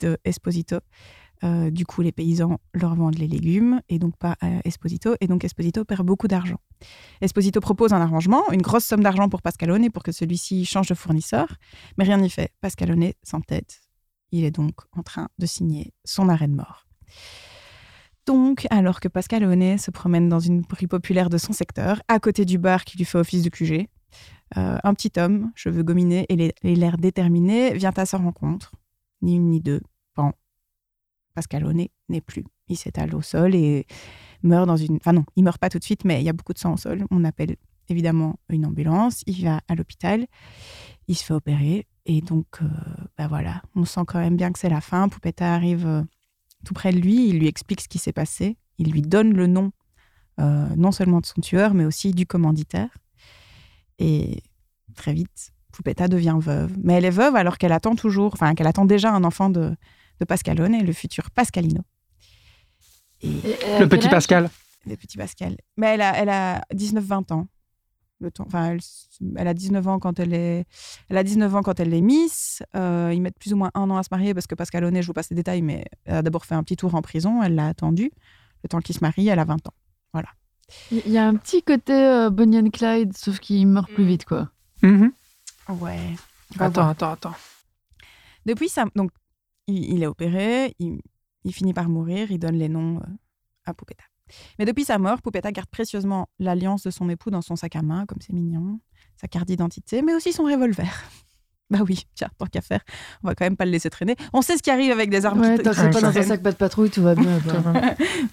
[SPEAKER 4] de Esposito. Euh, du coup, les paysans leur vendent les légumes et donc pas à Esposito. Et donc, Esposito perd beaucoup d'argent. Esposito propose un arrangement, une grosse somme d'argent pour Pascalone pour que celui-ci change de fournisseur. Mais rien n'y fait. Pascalone s'entête. Il est donc en train de signer son arrêt de mort. Donc, alors que Pascal Honnet se promène dans une rue populaire de son secteur, à côté du bar qui lui fait office de QG, euh, un petit homme, cheveux gominés et les- et l'air déterminé, vient à sa rencontre. Ni une ni deux, pan. Pascal Honnet n'est plus. Il s'étale au sol et meurt dans une. Enfin, non, il meurt pas tout de suite, mais il y a beaucoup de sang au sol. On appelle évidemment une ambulance. Il va à l'hôpital. Il se fait opérer. Et donc, euh, bah voilà, on sent quand même bien que c'est la fin. Poupetta arrive euh, tout près de lui, il lui explique ce qui s'est passé, il lui donne le nom, euh, non seulement de son tueur, mais aussi du commanditaire. Et très vite, Poupetta devient veuve. Mais elle est veuve alors qu'elle attend toujours, enfin qu'elle attend déjà un enfant de, de Pascalone, le futur Pascalino,
[SPEAKER 3] Le petit Pascal.
[SPEAKER 4] le petit Pascal. Mais elle a, elle a 19-20 ans. Le temps- enfin, elle, s- elle a 19 ans quand elle est, elle a 19 ans quand elle est Miss. Euh, ils mettent plus ou moins un an à se marier parce que Pascal Honnet, je vous passe les détails, mais elle a d'abord fait un petit tour en prison. Elle l'a attendu. Le temps qu'il se marie, elle a 20 ans.
[SPEAKER 2] Il y a un petit côté euh, Bonnie and Clyde, sauf qu'il meurt plus vite, quoi.
[SPEAKER 3] Mhm.
[SPEAKER 4] Ouais.
[SPEAKER 3] Attends, attends, attends.
[SPEAKER 4] Depuis ça, donc il, il est opéré, il, il finit par mourir, il donne les noms euh, à Poupetta. Mais depuis sa mort, Poupetta garde précieusement l'alliance de son époux dans son sac à main, comme c'est mignon, sa carte d'identité, mais aussi son revolver. Bah oui, tiens, tant qu'à faire, on va quand même pas le laisser traîner. On sait ce qui arrive avec des armes.
[SPEAKER 2] Ouais,
[SPEAKER 4] qui-
[SPEAKER 2] tant que c'est
[SPEAKER 3] Ouais,
[SPEAKER 2] pas dans un
[SPEAKER 4] traînent.
[SPEAKER 2] sac pas de patrouille, tout va bien. quoi.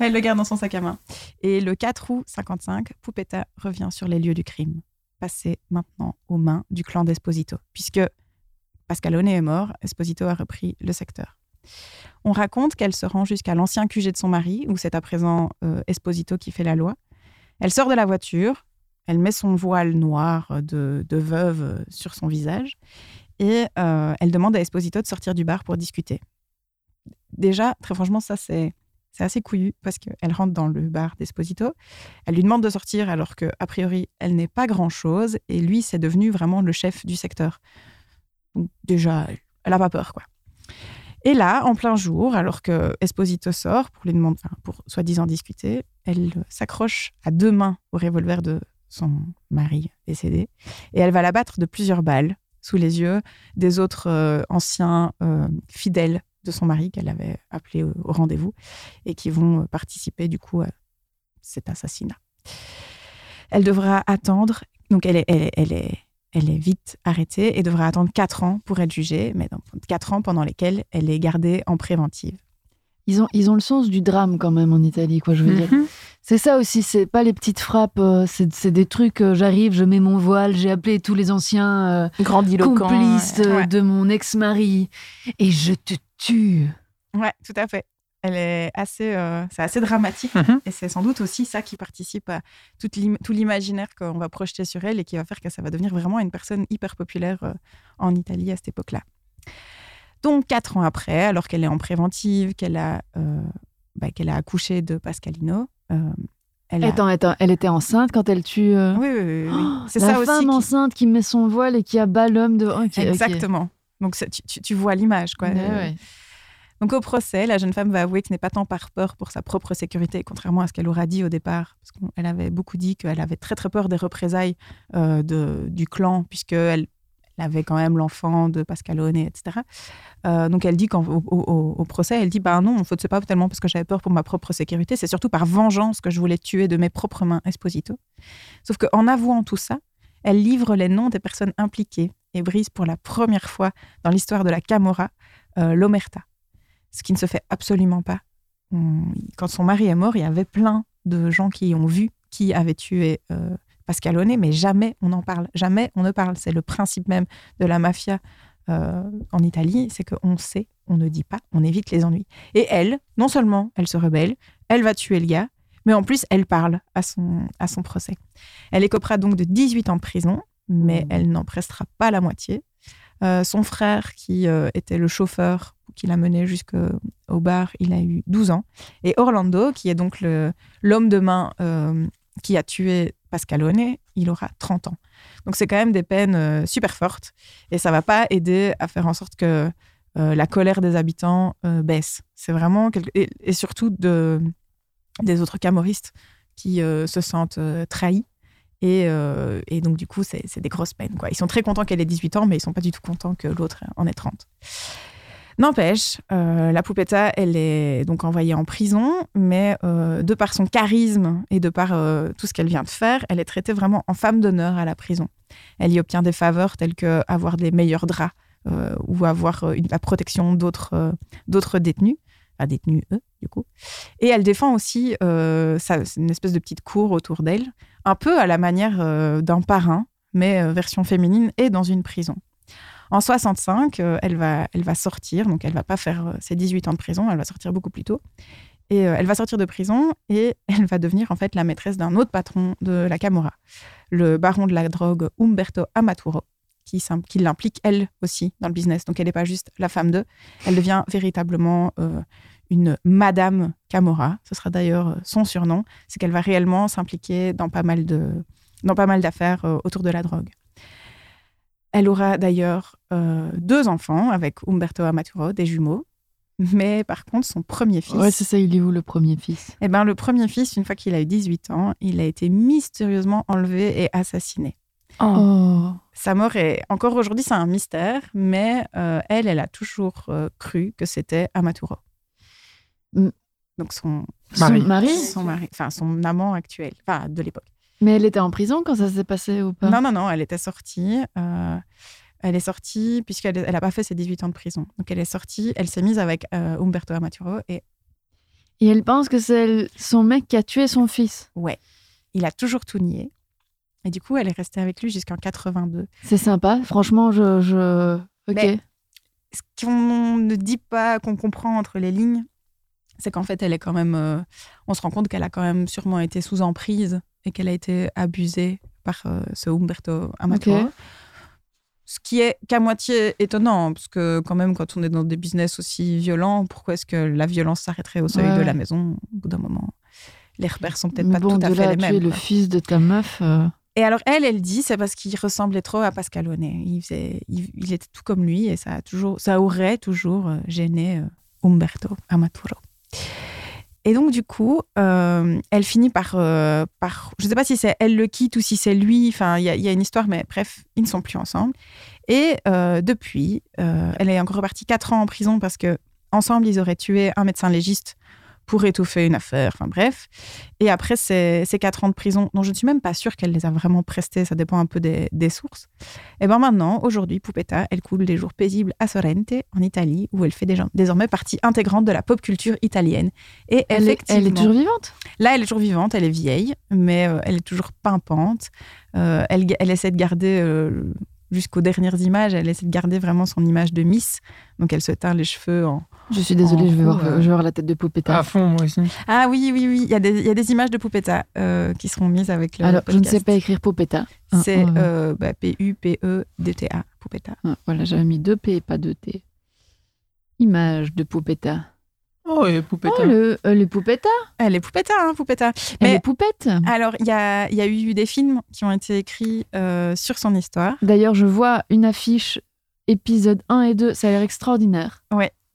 [SPEAKER 4] Elle le garde dans son sac à main. Et le 4 août 55, Poupetta revient sur les lieux du crime, passé maintenant aux mains du clan d'Esposito, puisque Pascalone est mort, Esposito a repris le secteur. On raconte qu'elle se rend jusqu'à l'ancien QG de son mari, où c'est à présent euh, Esposito qui fait la loi. Elle sort de la voiture, elle met son voile noir de, de veuve euh, sur son visage Et euh, elle demande à Esposito de sortir du bar pour discuter. Déjà, très franchement, ça, c'est c'est assez couillu parce qu'elle rentre dans le bar d'Esposito. Elle lui demande de sortir alors que, a priori, elle n'est pas grand-chose. Et lui, c'est devenu vraiment le chef du secteur. Donc, déjà, elle n'a pas peur, quoi. Et là, en plein jour, alors que Esposito sort pour lui demander, enfin, pour soi-disant discuter, elle euh, s'accroche à deux mains au revolver de son mari décédé et elle va l'abattre de plusieurs balles sous les yeux des autres euh, anciens euh, fidèles de son mari qu'elle avait appelé au, au rendez-vous et qui vont euh, participer du coup à cet assassinat. Elle devra attendre, donc elle est, elle est, elle est, elle est vite arrêtée et devra attendre 4 ans pour être jugée, mais donc 4 ans pendant lesquels elle est gardée en préventive.
[SPEAKER 2] Ils ont, ils ont le sens du drame quand même en Italie, quoi, je veux
[SPEAKER 4] Mhm.
[SPEAKER 3] Mhm.
[SPEAKER 2] dire. C'est ça aussi, c'est pas les petites frappes, euh, c'est c'est des trucs, euh, j'arrive, je mets mon voile, j'ai appelé tous les anciens euh,
[SPEAKER 6] Grandiloquent.
[SPEAKER 2] complices euh,
[SPEAKER 4] ouais.
[SPEAKER 2] de mon ex-mari et je te tue.
[SPEAKER 4] Ouais, tout à fait. Elle est assez, euh, c'est assez dramatique
[SPEAKER 3] Mhm.
[SPEAKER 4] et c'est sans doute aussi ça qui participe à toute l'im- tout l'imaginaire qu'on va projeter sur elle et qui va faire que ça va devenir vraiment une personne hyper populaire euh, en Italie à cette époque-là. Donc quatre ans après, alors qu'elle est en préventive, qu'elle a, euh, bah, qu'elle a accouché de Pascalino, euh, elle a-
[SPEAKER 2] Attends, attends, elle était enceinte quand elle tue. euh,
[SPEAKER 4] Oui, oui, oui, oui, oui. c'est
[SPEAKER 2] la
[SPEAKER 4] ça aussi.
[SPEAKER 2] femme
[SPEAKER 4] qui-
[SPEAKER 2] enceinte qui met son voile et qui abat l'homme de. Ok, ok.
[SPEAKER 4] Exactement. Donc c'est- tu, tu- tu vois l'image, quoi. Euh,
[SPEAKER 2] Ouais, ouais.
[SPEAKER 4] Donc au procès, la jeune femme va avouer que ce n'est pas tant par peur pour sa propre sécurité, contrairement à ce qu'elle aura dit au départ, parce qu'elle avait beaucoup dit qu'elle avait très très peur des représailles euh, de- du clan, puisqu'elle elle avait quand même l'enfant de Pascalone, etc. Euh, donc elle dit qu'au au, au- au procès, elle dit, bah non, en fait, c'est pas tellement parce que j'avais peur pour ma propre sécurité, c'est surtout par vengeance que je voulais tuer de mes propres mains Esposito. Sauf qu'en avouant tout ça, elle livre les noms des personnes impliquées et brise pour la première fois dans l'histoire de la Camorra euh, l'Omerta ce qui ne se fait absolument pas. On- Quand son mari est mort, il y avait plein de gens qui ont vu qui avait tué euh, Pascalone, mais jamais on en parle. Jamais on ne parle. C'est le principe même de la mafia euh, en Italie, c'est qu'on sait, on ne dit pas, on évite les ennuis. Et elle, non seulement elle se rebelle, elle va tuer le gars, mais en plus elle parle à son, à son procès. Elle écopera donc de 18 ans de prison, mais elle n'en prestera pas la moitié. Euh, son frère, qui euh, était le chauffeur qui l'a mené jusqu'au bar, il a eu 12 ans. Et Orlando, qui est donc le- l'homme de main euh, qui a tué Pascalone, il aura 30 ans. Donc c'est quand même des peines euh, super fortes. Et ça va pas aider à faire en sorte que euh, la colère des habitants euh, baisse. C'est vraiment... quelque- Et, et surtout de, des autres camoristes qui euh, se sentent euh, trahis. Et, euh, et donc, du coup, c'est c'est des grosses peines. Quoi. Ils sont très contents qu'elle ait 18 ans, mais ils sont pas du tout contents que l'autre en ait 30. N'empêche, euh, la Poupetta, elle est donc envoyée en prison, mais euh, de par son charisme et de par euh, tout ce qu'elle vient de faire, elle est traitée vraiment en femme d'honneur à la prison. Elle y obtient des faveurs telles que avoir des meilleurs draps euh, ou avoir euh, une- la protection d'autres euh, d'autres détenus, enfin détenus eux, du coup. Et elle défend aussi euh, sa- c'est une espèce de petite cour autour d'elle, un peu à la manière euh, d'un parrain, mais euh, version féminine et dans une prison. En 65, euh, elle, va, elle va sortir, donc elle va pas faire euh, ses 18 ans de prison, elle va sortir beaucoup plus tôt. Et euh, elle va sortir de prison et elle va devenir en fait la maîtresse d'un autre patron de la Camorra, le baron de la drogue Umberto Amaturo, qui, s'im- qui l'implique elle aussi dans le business. Donc elle n'est pas juste la femme d'eux, elle devient véritablement euh, une Madame Camorra. Ce sera d'ailleurs euh, son surnom, c'est qu'elle va réellement s'impliquer dans pas mal de dans pas mal d'affaires euh, autour de la drogue. Elle aura d'ailleurs euh, deux enfants avec Umberto Amaturo, des jumeaux. Mais par contre, son premier fils,
[SPEAKER 2] Ouais, c'est ça, il est où le premier fils
[SPEAKER 4] eh ben, le premier fils, une fois qu'il a eu 18 ans, il a été mystérieusement enlevé et assassiné.
[SPEAKER 2] Oh.
[SPEAKER 4] Sa mort est encore aujourd'hui, c'est un mystère, mais euh, elle, elle a toujours euh, cru que c'était Amaturo.
[SPEAKER 2] Mm.
[SPEAKER 4] Donc son,
[SPEAKER 3] Marie.
[SPEAKER 2] Son mari
[SPEAKER 4] son mari, enfin son amant actuel, enfin de l'époque.
[SPEAKER 2] Mais elle était en prison quand ça s'est passé ou pas
[SPEAKER 4] Non, non, non, elle était sortie. euh, elle est sortie puisqu'elle n'a pas fait ses 18 ans de prison. Donc elle est sortie, elle s'est mise avec euh, Umberto Amaturo et
[SPEAKER 2] Et elle pense que c'est elle- son mec qui a tué son fils.
[SPEAKER 4] il a toujours tout nié. Et du coup, elle est restée avec lui jusqu'en 82.
[SPEAKER 2] C'est sympa, franchement, je. je... Ok.
[SPEAKER 4] Mais- ce qu'on ne dit pas, qu'on comprend entre les lignes, c'est qu'en fait, elle est quand même. euh, on se rend compte qu'elle a quand même sûrement été sous emprise et qu'elle a été abusée par euh, ce Umberto Amaturo.
[SPEAKER 2] Ok.
[SPEAKER 4] Ce qui est qu'à moitié étonnant, parce que quand même, quand on est dans des business aussi violents, pourquoi est-ce que la violence s'arrêterait au seuil
[SPEAKER 2] Ouais,
[SPEAKER 4] de
[SPEAKER 2] ouais.
[SPEAKER 4] la maison Au bout d'un moment, les repères sont peut-être
[SPEAKER 2] Mais
[SPEAKER 4] pas
[SPEAKER 2] bon,
[SPEAKER 4] tout à
[SPEAKER 2] de
[SPEAKER 4] fait
[SPEAKER 2] là
[SPEAKER 4] les
[SPEAKER 2] à tuer
[SPEAKER 4] mêmes.
[SPEAKER 2] le
[SPEAKER 4] quoi.
[SPEAKER 2] fils de ta meuf. euh,
[SPEAKER 4] Et alors, elle, elle dit, c'est parce qu'il ressemblait trop à Pascal Honnet. Il, faisait- il, il était tout comme lui et ça, a toujours, ça aurait toujours euh, gêné euh, Umberto Amaturo. Et donc, du coup, euh, elle finit par, euh, par. Je ne sais pas si c'est elle le quitte ou si c'est lui. Enfin, il y, a- il y a une histoire, mais bref, ils ne sont plus ensemble. Et euh, depuis, euh, elle est encore repartie quatre ans en prison parce que ensemble, ils auraient tué un médecin légiste pour étouffer une affaire. Enfin, bref. Et après ces, ces quatre ans de prison, dont je ne suis même pas sûre qu'elle les a vraiment prestés, ça dépend un peu des, des sources. Et bien maintenant, aujourd'hui, Poupetta, elle coule des jours paisibles à Sorrente, en Italie, où elle fait déjà- désormais partie intégrante de la pop culture italienne. Et
[SPEAKER 2] Elle, est,
[SPEAKER 4] effectivement,
[SPEAKER 2] elle est toujours vivante.
[SPEAKER 4] là, elle est toujours vivante, elle est vieille, mais euh, elle est toujours pimpante. Euh, elle, ga- elle essaie de garder, euh, jusqu'aux dernières images, elle essaie de garder vraiment son image de Miss. Donc elle se teint les cheveux en,
[SPEAKER 2] Je suis désolée,
[SPEAKER 4] En
[SPEAKER 2] je vais, voir,
[SPEAKER 4] gros, euh,
[SPEAKER 2] je vais voir la tête de Poupetta.
[SPEAKER 3] À fond, moi aussi.
[SPEAKER 4] Ah oui, oui, oui. Il y a des, il y a des images de Poupetta euh, qui seront mises avec le.
[SPEAKER 2] Alors, je ne
[SPEAKER 4] podcast.
[SPEAKER 2] sais pas écrire Poupetta. Hein,
[SPEAKER 4] C'est
[SPEAKER 2] euh,
[SPEAKER 4] euh, bah, P-U-P-E-D-T-A, Poupetta.
[SPEAKER 2] ah, Voilà, j'avais mis deux P et pas deux T. Image de Poupetta.
[SPEAKER 3] Oh, et poupée.
[SPEAKER 2] Oh, le, euh, le Poupetta
[SPEAKER 4] Elle est Poupetta, hein, Poupetta.
[SPEAKER 2] Elle
[SPEAKER 4] Mais-
[SPEAKER 2] est poupette
[SPEAKER 4] Alors, il y a, il y a eu des films qui ont été écrits euh, sur son histoire.
[SPEAKER 2] D'ailleurs, je vois une affiche épisode 1 et 2, ça a l'air extraordinaire.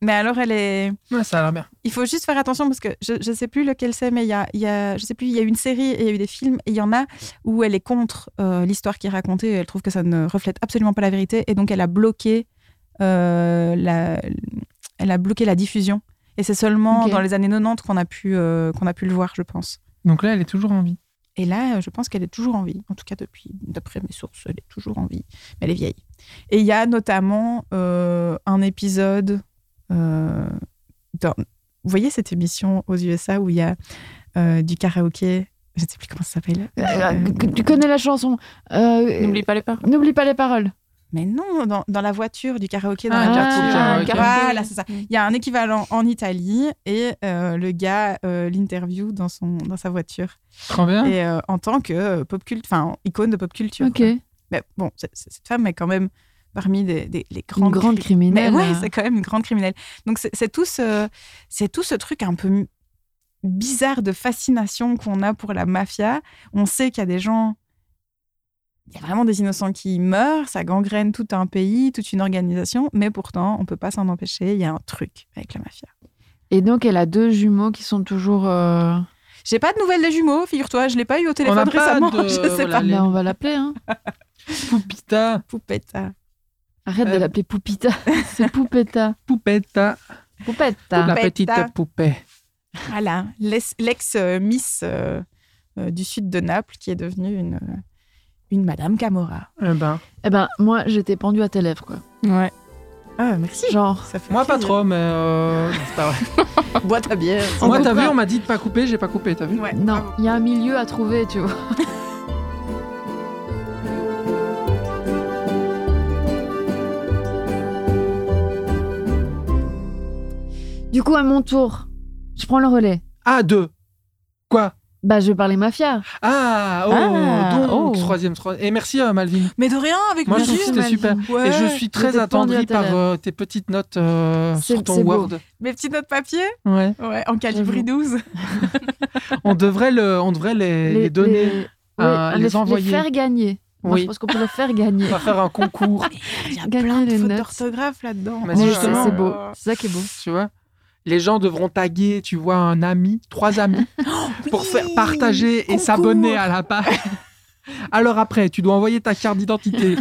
[SPEAKER 4] Mais alors, elle est.
[SPEAKER 3] Ouais, ça a l'air bien.
[SPEAKER 4] Il faut juste faire attention parce que je ne sais plus lequel c'est, mais il y a, il y a, je sais plus, il y a eu une série et il y a eu des films et il y en a où elle est contre euh, l'histoire qui est racontée. Et elle trouve que ça ne reflète absolument pas la vérité et donc elle a bloqué, euh, la, elle a bloqué la diffusion. Et c'est seulement
[SPEAKER 2] Ok.
[SPEAKER 4] dans les années 90 qu'on a pu euh, qu'on a pu le voir, je pense.
[SPEAKER 3] Donc là, elle est toujours en vie.
[SPEAKER 4] Et là, euh, je pense qu'elle est toujours en vie. En tout cas, depuis, d'après mes sources, elle est toujours en vie. Mais elle est vieille. Et il y a notamment euh, un épisode. euh, dans- Vous voyez cette émission aux USA où il y a euh, du karaoké Je ne sais plus comment ça s'appelle.
[SPEAKER 2] Euh, tu connais la chanson euh,
[SPEAKER 6] N'oublie pas les paroles.
[SPEAKER 2] N'oublie pas les paroles.
[SPEAKER 4] Mais non, dans, dans la voiture, du karaoké dans
[SPEAKER 3] Ah,
[SPEAKER 4] la
[SPEAKER 3] du
[SPEAKER 4] voiture.
[SPEAKER 3] karaoké.
[SPEAKER 4] Voilà, c'est ça. Il y a un équivalent en Italie et euh, le gars euh, l'interview dans, son- dans sa voiture.
[SPEAKER 3] Trop bien.
[SPEAKER 4] Et euh, en tant que euh, pop culte, enfin, icône de pop culture.
[SPEAKER 2] Ok.
[SPEAKER 4] quoi.
[SPEAKER 2] Une
[SPEAKER 4] Mais bon, c- c- cette femme est quand même parmi des- des- les grandes.
[SPEAKER 2] grande
[SPEAKER 4] cri-
[SPEAKER 2] criminelle.
[SPEAKER 4] Mais ouais,
[SPEAKER 2] euh.
[SPEAKER 4] c'est quand même une grande criminelle. Donc c'est- c'est tout ce, c'est tout ce truc un peu m- bizarre de fascination qu'on a pour la mafia. On sait qu'il y a des gens, il y a vraiment des innocents qui meurent, ça gangrène tout un pays, toute une organisation, mais pourtant on peut pas s'en empêcher. Il y a un truc avec la mafia.
[SPEAKER 2] Et donc, elle a deux jumeaux qui sont toujours. euh,
[SPEAKER 4] J'ai pas de nouvelles des jumeaux, figure-toi, je l'ai pas eu au téléphone
[SPEAKER 3] n'a pas
[SPEAKER 4] récemment.
[SPEAKER 3] de-
[SPEAKER 4] Je sais
[SPEAKER 3] voilà.
[SPEAKER 4] pas.
[SPEAKER 3] Les-
[SPEAKER 2] Là, on va l'appeler. Hein.
[SPEAKER 3] Poupita,
[SPEAKER 4] Poupetta.
[SPEAKER 2] Arrête de
[SPEAKER 3] Euh.
[SPEAKER 2] l'appeler Poupita. c'est Poupetta.
[SPEAKER 3] poupetta,
[SPEAKER 2] Poupetta.
[SPEAKER 3] la petite
[SPEAKER 4] Poupetta.
[SPEAKER 3] poupée.
[SPEAKER 4] Voilà, l'ex- l'ex-miss euh, euh, du sud de Naples qui est devenue une, euh, une Madame Camorra.
[SPEAKER 3] Eh ben,
[SPEAKER 2] Eh ben, moi, j'étais pendue à tes lèvres, quoi.
[SPEAKER 4] Ouais. Ah, merci.
[SPEAKER 2] Genre,
[SPEAKER 4] Ça fait
[SPEAKER 3] moi pas
[SPEAKER 4] plaisir.
[SPEAKER 3] trop, mais euh, c'est pas vrai.
[SPEAKER 4] Bois ta bière.
[SPEAKER 3] Moi, t'as
[SPEAKER 2] comprend.
[SPEAKER 3] vu, on m'a dit de pas couper, j'ai pas coupé, t'as vu
[SPEAKER 4] Ouais,
[SPEAKER 2] non, il y a un milieu à trouver, tu vois. Du coup, à mon tour, je prends le relais.
[SPEAKER 3] Ah, deux. Quoi
[SPEAKER 2] Bah, je vais parler mafia.
[SPEAKER 3] Ah, oh,
[SPEAKER 6] Ah, oh.
[SPEAKER 3] donc, troisième, troisième. Et merci, euh, Malvin.
[SPEAKER 4] Mais de rien, avec
[SPEAKER 3] Moi, je trouve
[SPEAKER 4] mesure.
[SPEAKER 3] que c'était super.
[SPEAKER 4] Ouais.
[SPEAKER 3] Et je suis très
[SPEAKER 2] J'étais
[SPEAKER 3] attendri
[SPEAKER 2] pendue à ta
[SPEAKER 3] par euh, tes petites notes euh,
[SPEAKER 2] C'est-
[SPEAKER 3] sur ton
[SPEAKER 2] c'est beau.
[SPEAKER 3] Word.
[SPEAKER 4] Mes petits notes papier,
[SPEAKER 3] Ouais.
[SPEAKER 4] ouais, en calibri
[SPEAKER 2] J'avoue.
[SPEAKER 4] 12.
[SPEAKER 3] On devrait, le, on devrait les, les donner.
[SPEAKER 2] les-
[SPEAKER 3] à
[SPEAKER 2] oui,
[SPEAKER 3] les envoyer.
[SPEAKER 2] faire gagner. Moi,
[SPEAKER 3] Oui.
[SPEAKER 2] je pense qu'on peut le faire gagner.
[SPEAKER 3] On va faire un concours,
[SPEAKER 4] Il y a
[SPEAKER 2] Gagner
[SPEAKER 4] plein de
[SPEAKER 2] les
[SPEAKER 4] fautes
[SPEAKER 2] notes.
[SPEAKER 4] d'orthographe là-dedans.
[SPEAKER 3] Mais
[SPEAKER 2] Mais c'est-
[SPEAKER 3] justement, euh,
[SPEAKER 2] c'est beau. C'est ça qui est beau.
[SPEAKER 3] tu vois. Les gens devront taguer, tu vois, un ami, trois amis, pour faire partager et
[SPEAKER 4] Concours.
[SPEAKER 3] s'abonner à la page. Alors après, tu dois envoyer ta carte d'identité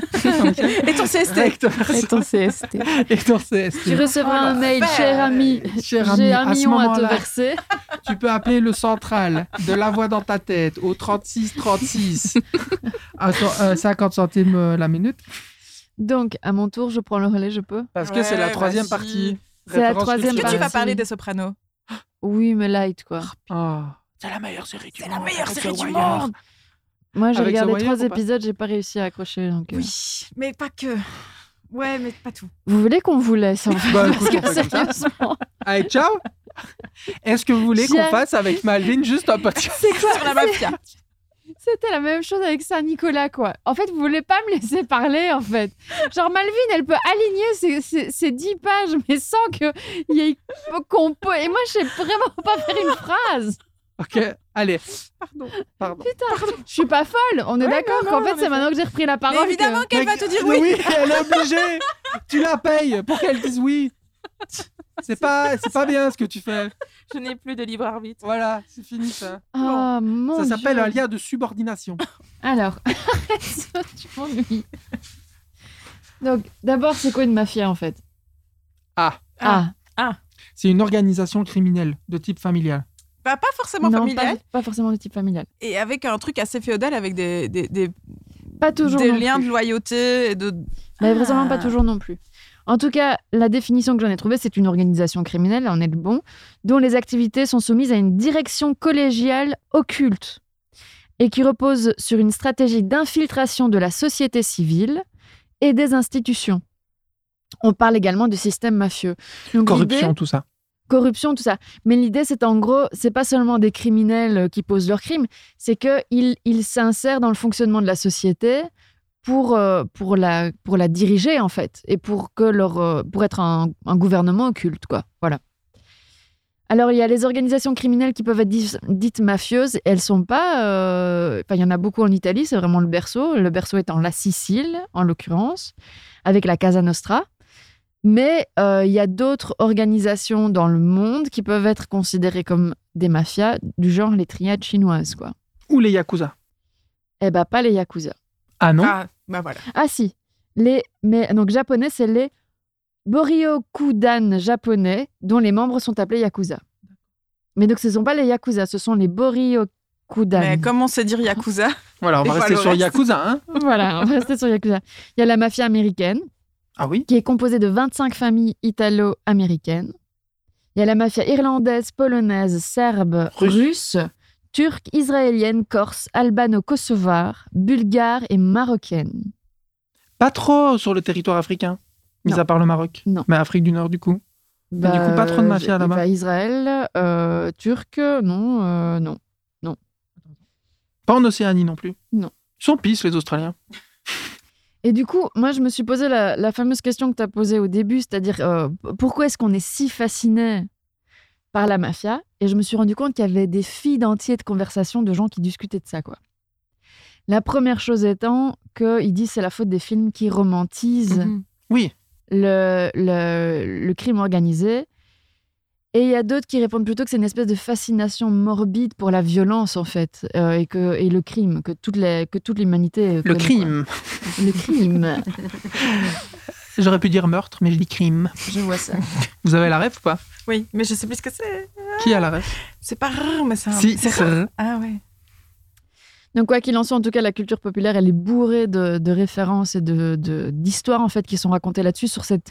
[SPEAKER 4] Et ton CST.
[SPEAKER 3] recte verso
[SPEAKER 6] Et ton CST.
[SPEAKER 3] et ton CST.
[SPEAKER 2] Tu recevras
[SPEAKER 4] Oh,
[SPEAKER 2] un mail,
[SPEAKER 4] l'enfer.
[SPEAKER 2] cher ami.
[SPEAKER 3] Cher ami,
[SPEAKER 2] J'ai un
[SPEAKER 3] à ce
[SPEAKER 2] million à te
[SPEAKER 3] moment-là,
[SPEAKER 2] verser.
[SPEAKER 3] tu peux appeler le central de la voix dans ta tête au 36 36 à so- euh, 50 centimes euh, la minute
[SPEAKER 2] Donc, à mon tour, je prends le relais, je peux
[SPEAKER 3] parce que c'est la
[SPEAKER 4] Ouais,
[SPEAKER 3] troisième
[SPEAKER 4] vas-y.
[SPEAKER 3] partie.
[SPEAKER 2] C'est la
[SPEAKER 3] Référence
[SPEAKER 2] troisième
[SPEAKER 4] Est-ce que tu
[SPEAKER 3] culturelle.
[SPEAKER 4] vas
[SPEAKER 2] Bah,
[SPEAKER 4] parler
[SPEAKER 2] si.
[SPEAKER 4] des sopranos
[SPEAKER 2] Oui, mais light, quoi.
[SPEAKER 3] Ah, C'est la meilleure série du
[SPEAKER 4] C'est
[SPEAKER 3] monde.
[SPEAKER 4] la meilleure
[SPEAKER 3] avec
[SPEAKER 4] série
[SPEAKER 3] The
[SPEAKER 4] du
[SPEAKER 3] Wire.
[SPEAKER 4] monde.
[SPEAKER 2] Moi, j'ai
[SPEAKER 3] Avec The
[SPEAKER 2] regardé
[SPEAKER 3] Wire
[SPEAKER 2] trois
[SPEAKER 3] ou pas
[SPEAKER 2] épisodes, j'ai pas réussi à accrocher. Donc, euh.
[SPEAKER 4] Oui, mais pas que. Ouais, mais pas tout.
[SPEAKER 2] Vous voulez qu'on vous laisse en fait
[SPEAKER 3] Bah,
[SPEAKER 2] Parce
[SPEAKER 3] écoute,
[SPEAKER 2] que
[SPEAKER 3] on fait comme ça.
[SPEAKER 2] sérieusement,
[SPEAKER 3] Allez, ciao Est-ce que vous voulez qu'on
[SPEAKER 2] Ciao.
[SPEAKER 3] fasse avec Malvin juste un podcast
[SPEAKER 4] C'est quoi sur la mafia
[SPEAKER 2] C'était la même chose avec Saint-Nicolas, quoi. En fait, vous voulez pas me laisser parler, en fait. Genre, Malvin, elle peut aligner ses, ses- ses 10 pages, mais sans que y ait qu'on peut. Et moi, je sais vraiment pas faire une phrase.
[SPEAKER 3] Ok, allez,
[SPEAKER 4] Pardon.
[SPEAKER 3] pardon.
[SPEAKER 2] Putain, je suis pas folle. On est
[SPEAKER 4] Ouais,
[SPEAKER 2] d'accord
[SPEAKER 4] non,
[SPEAKER 2] qu'en
[SPEAKER 4] non,
[SPEAKER 2] fait,
[SPEAKER 4] en
[SPEAKER 2] c'est
[SPEAKER 4] effet.
[SPEAKER 2] maintenant que j'ai repris la parole.
[SPEAKER 4] Mais évidemment
[SPEAKER 2] que-
[SPEAKER 4] qu'elle
[SPEAKER 3] Mais-
[SPEAKER 4] va te dire oui.
[SPEAKER 3] elle est obligée. tu la payes pour qu'elle dise oui. C'est pas, c'est pas bien ce que tu fais.
[SPEAKER 6] Je n'ai plus de libre arbitre.
[SPEAKER 3] Voilà, c'est fini ça.
[SPEAKER 2] Ah, mon
[SPEAKER 3] ça s'appelle
[SPEAKER 2] Dieu.
[SPEAKER 3] un lien de subordination.
[SPEAKER 2] Alors, arrête, tu m'ennuies. Donc, d'abord, c'est quoi une mafia, en fait
[SPEAKER 3] Ah.
[SPEAKER 2] Ah,
[SPEAKER 3] C'est une organisation criminelle de type familial.
[SPEAKER 4] Bah, pas forcément
[SPEAKER 2] non,
[SPEAKER 4] familial.
[SPEAKER 2] Pas, pas forcément de type familial.
[SPEAKER 4] Et avec un truc assez féodal, avec des, des, des,
[SPEAKER 2] Pas toujours.
[SPEAKER 4] des
[SPEAKER 2] non
[SPEAKER 4] liens
[SPEAKER 2] plus.
[SPEAKER 4] de loyauté et de.
[SPEAKER 2] Mais vraisemblablement pas
[SPEAKER 4] Ah.
[SPEAKER 2] toujours non plus. En tout cas, la définition que j'en ai trouvée, c'est une organisation criminelle, on est le bon, dont les activités sont soumises à une direction collégiale occulte et qui repose sur une stratégie d'infiltration de la société civile et des institutions. On parle également du système mafieux. Donc, l'idée-
[SPEAKER 3] Corruption, tout ça.
[SPEAKER 2] corruption, tout ça. Mais l'idée, c'est en gros, c'est pas seulement des criminels euh, qui posent leurs crimes, c'est qu'ils ils s'insèrent dans le fonctionnement de la société pour, euh, pour, la, pour la diriger, en fait, et pour, que leur, euh, pour être un, un gouvernement occulte, quoi. Voilà. Alors, il y a les organisations criminelles qui peuvent être dis- dites mafieuses. Elles sont pas. euh, Enfin, il y en a beaucoup en Italie, c'est vraiment le berceau. Le berceau étant la Sicile, en l'occurrence, avec la Casa Nostra. Mais euh, il y a d'autres organisations dans le monde qui peuvent être considérées comme des mafias, du genre les triades chinoises, quoi.
[SPEAKER 3] Ou les Yakuza.
[SPEAKER 2] Eh ben, pas les yakuza.
[SPEAKER 3] Ah non
[SPEAKER 4] Ah, bah voilà.
[SPEAKER 2] Ah si, les mais donc japonais, c'est les Boryokudan japonais, dont les membres sont appelés yakuza. Mais donc, ce ne sont pas les yakuza, ce sont les Boryokudan.
[SPEAKER 4] Mais comment se dire Yakuza
[SPEAKER 3] Voilà, on va
[SPEAKER 4] Et pas
[SPEAKER 3] rester
[SPEAKER 4] le
[SPEAKER 3] sur
[SPEAKER 4] reste.
[SPEAKER 3] Yakuza, hein
[SPEAKER 2] Voilà, on va rester sur yakuza. Il y a la mafia américaine.
[SPEAKER 3] Ah oui
[SPEAKER 2] qui est composée de 25 familles italo-américaines. Il y a la mafia irlandaise, polonaise, serbe,
[SPEAKER 3] Russe.
[SPEAKER 2] russe, turque, israélienne, corse, albano-kosovare, bulgare et marocaine.
[SPEAKER 3] Pas trop sur le territoire africain, mis
[SPEAKER 2] Non.
[SPEAKER 3] à part le Maroc.
[SPEAKER 2] Non.
[SPEAKER 3] Mais Afrique du Nord, du coup. Mais du coup, pas trop de mafia,
[SPEAKER 2] j'ai-
[SPEAKER 3] là-bas.
[SPEAKER 2] bah, Israël, euh, turc, non, euh, non.
[SPEAKER 3] Pas en Océanie non plus.
[SPEAKER 2] Non.
[SPEAKER 3] Ils sont pisses, les Australiens.
[SPEAKER 2] Et du coup, moi, je me suis posé la, la fameuse question que tu as posée au début, c'est-à-dire euh, pourquoi est-ce qu'on est si fasciné par la mafia Et je me suis rendu compte qu'il y avait des filles entiers de conversations de gens qui discutaient de ça, quoi. La première chose étant qu'ils disent c'est la faute des films qui romantisent
[SPEAKER 3] Oui.
[SPEAKER 2] le, le, le crime organisé. Et il y a d'autres qui répondent plutôt que c'est une espèce de fascination morbide pour la violence, en fait, euh, et, que, et le crime, que toute les- que toute l'humanité.
[SPEAKER 3] Le
[SPEAKER 2] connaît, quoi.
[SPEAKER 3] crime.
[SPEAKER 2] Le crime.
[SPEAKER 3] J'aurais pu dire meurtre, mais je dis crime.
[SPEAKER 2] Je vois ça.
[SPEAKER 3] Vous avez la ref ou pas
[SPEAKER 4] Oui, mais je sais plus ce que c'est.
[SPEAKER 3] Qui a la ref
[SPEAKER 4] C'est pas rare, mais c'est un.
[SPEAKER 3] Si,
[SPEAKER 4] c'est rare.
[SPEAKER 3] crrr.
[SPEAKER 4] Ah ouais.
[SPEAKER 2] Donc quoi qu'il en soit, en tout cas, la culture populaire, elle est bourrée de, de références et de de- d'histoires en fait qui sont racontées là-dessus sur cette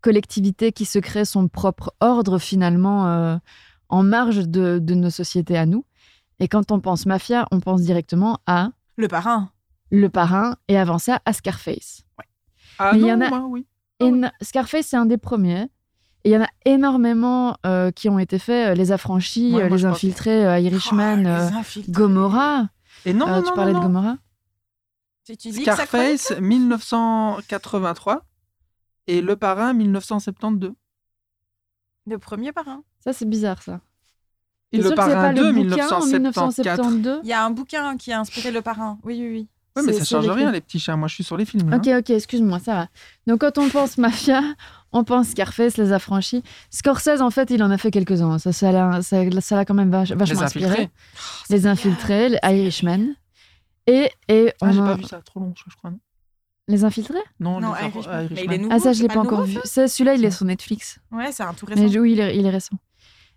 [SPEAKER 2] collectivité qui se crée son propre ordre finalement euh, en marge de, de nos sociétés à nous. Et quand on pense mafia, on pense directement à
[SPEAKER 4] Le parrain.
[SPEAKER 2] le parrain et avant ça à Scarface.
[SPEAKER 3] Ah
[SPEAKER 2] Mais il
[SPEAKER 3] non,
[SPEAKER 2] y en a-
[SPEAKER 3] moi, oui. Ah
[SPEAKER 2] Et Scarface, c'est un des premiers. Et il y en a énormément euh, qui ont été faits, euh, les affranchis,
[SPEAKER 3] Ouais,
[SPEAKER 2] euh,
[SPEAKER 3] moi,
[SPEAKER 2] les
[SPEAKER 3] je pense-
[SPEAKER 2] infiltrés, euh, Irishman,
[SPEAKER 4] Oh,
[SPEAKER 2] euh,
[SPEAKER 4] les infiltrés.
[SPEAKER 2] Gomorrah.
[SPEAKER 3] Et non,
[SPEAKER 2] Euh,
[SPEAKER 3] non,
[SPEAKER 2] tu
[SPEAKER 3] non,
[SPEAKER 2] parlais
[SPEAKER 3] non,
[SPEAKER 2] de
[SPEAKER 3] non.
[SPEAKER 2] Gomorrah
[SPEAKER 6] Tu, tu dis que ça croit-
[SPEAKER 3] Scarface, 1983. Et Le Parrain, 1972.
[SPEAKER 4] Le premier parrain.
[SPEAKER 2] Ça, c'est bizarre, ça.
[SPEAKER 3] Et
[SPEAKER 2] T'es
[SPEAKER 3] Le
[SPEAKER 2] sûr que c'est
[SPEAKER 3] Parrain
[SPEAKER 2] pas
[SPEAKER 3] 2,
[SPEAKER 2] le bouquin en
[SPEAKER 3] 1974.
[SPEAKER 2] 1972
[SPEAKER 4] Il y a un bouquin qui a inspiré le parrain. Oui, oui, oui.
[SPEAKER 3] Ouais, mais
[SPEAKER 2] C'est-
[SPEAKER 3] ça
[SPEAKER 2] c'est
[SPEAKER 3] change
[SPEAKER 2] l'écrit.
[SPEAKER 3] rien, hein. les petits chats. Moi, je suis sur les films. là.
[SPEAKER 2] Ok, ok, excuse-moi, ça va. Donc, quand on pense mafia, on pense Scarface, les affranchis. Scorsese, en fait, il en a fait quelques-uns. Ça, ça l'a ça, ça l'a quand même vach-
[SPEAKER 3] Les
[SPEAKER 2] vachement
[SPEAKER 3] infiltrés.
[SPEAKER 2] inspiré. Oh, Les infiltrés, les Irishmen. Et, et
[SPEAKER 3] Ah, j'ai
[SPEAKER 2] on a-
[SPEAKER 3] pas vu ça. Trop long, je crois. non
[SPEAKER 2] les infiltrés
[SPEAKER 3] Non,
[SPEAKER 4] Non,
[SPEAKER 3] les Afro-
[SPEAKER 4] Irishman. Mais il
[SPEAKER 3] Irishman.
[SPEAKER 4] est nouveau.
[SPEAKER 2] Ah, ça, je
[SPEAKER 4] c'est
[SPEAKER 2] l'ai pas,
[SPEAKER 4] le
[SPEAKER 2] encore
[SPEAKER 4] nouveau.
[SPEAKER 2] vu. Ça, Celui-là, il est sur Netflix.
[SPEAKER 4] Ouais, c'est un tout récent.
[SPEAKER 2] Mais oui, il est, il est récent.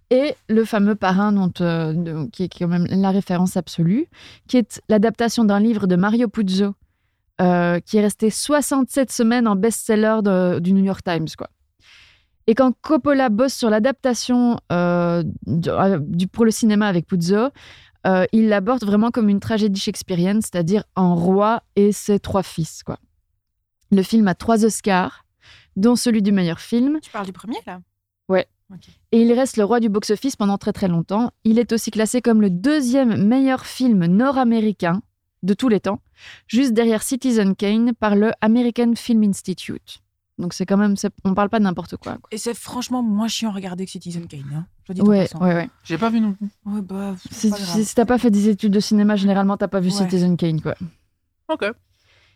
[SPEAKER 2] Et le fameux parrain, dont, euh, de- qui est quand même la référence absolue, qui est l'adaptation d'un livre de Mario Puzo, euh, qui est resté 67 semaines en best-seller de- du New York Times. Quoi. Et quand Coppola bosse sur l'adaptation euh, de- euh, du- pour le cinéma avec Puzo, euh, il l'aborde vraiment comme une tragédie shakespearienne, c'est-à-dire un roi et ses trois fils. Quoi. Le film a trois Oscars, dont celui du meilleur film.
[SPEAKER 4] Tu parles du premier, là
[SPEAKER 2] Et il reste le roi du box-office pendant très très longtemps. Il est aussi classé comme le deuxième meilleur film nord-américain de tous les temps, juste derrière Citizen Kane par le American Film Institute. Donc c'est quand même, c'est- on parle pas de n'importe quoi. quoi.
[SPEAKER 7] Et c'est franchement moins chiant à regarder que Citizen Kane. Hein. Je le dis en
[SPEAKER 2] Ouais,
[SPEAKER 7] passant.
[SPEAKER 2] ouais, ouais.
[SPEAKER 3] J'ai pas vu non plus.
[SPEAKER 7] Ouais, bah, c'est
[SPEAKER 2] Si,
[SPEAKER 7] pas grave.
[SPEAKER 2] si- si t'as pas fait des études de cinéma, généralement t'as pas vu
[SPEAKER 7] Ouais.
[SPEAKER 2] Citizen Kane, quoi.
[SPEAKER 3] Ok.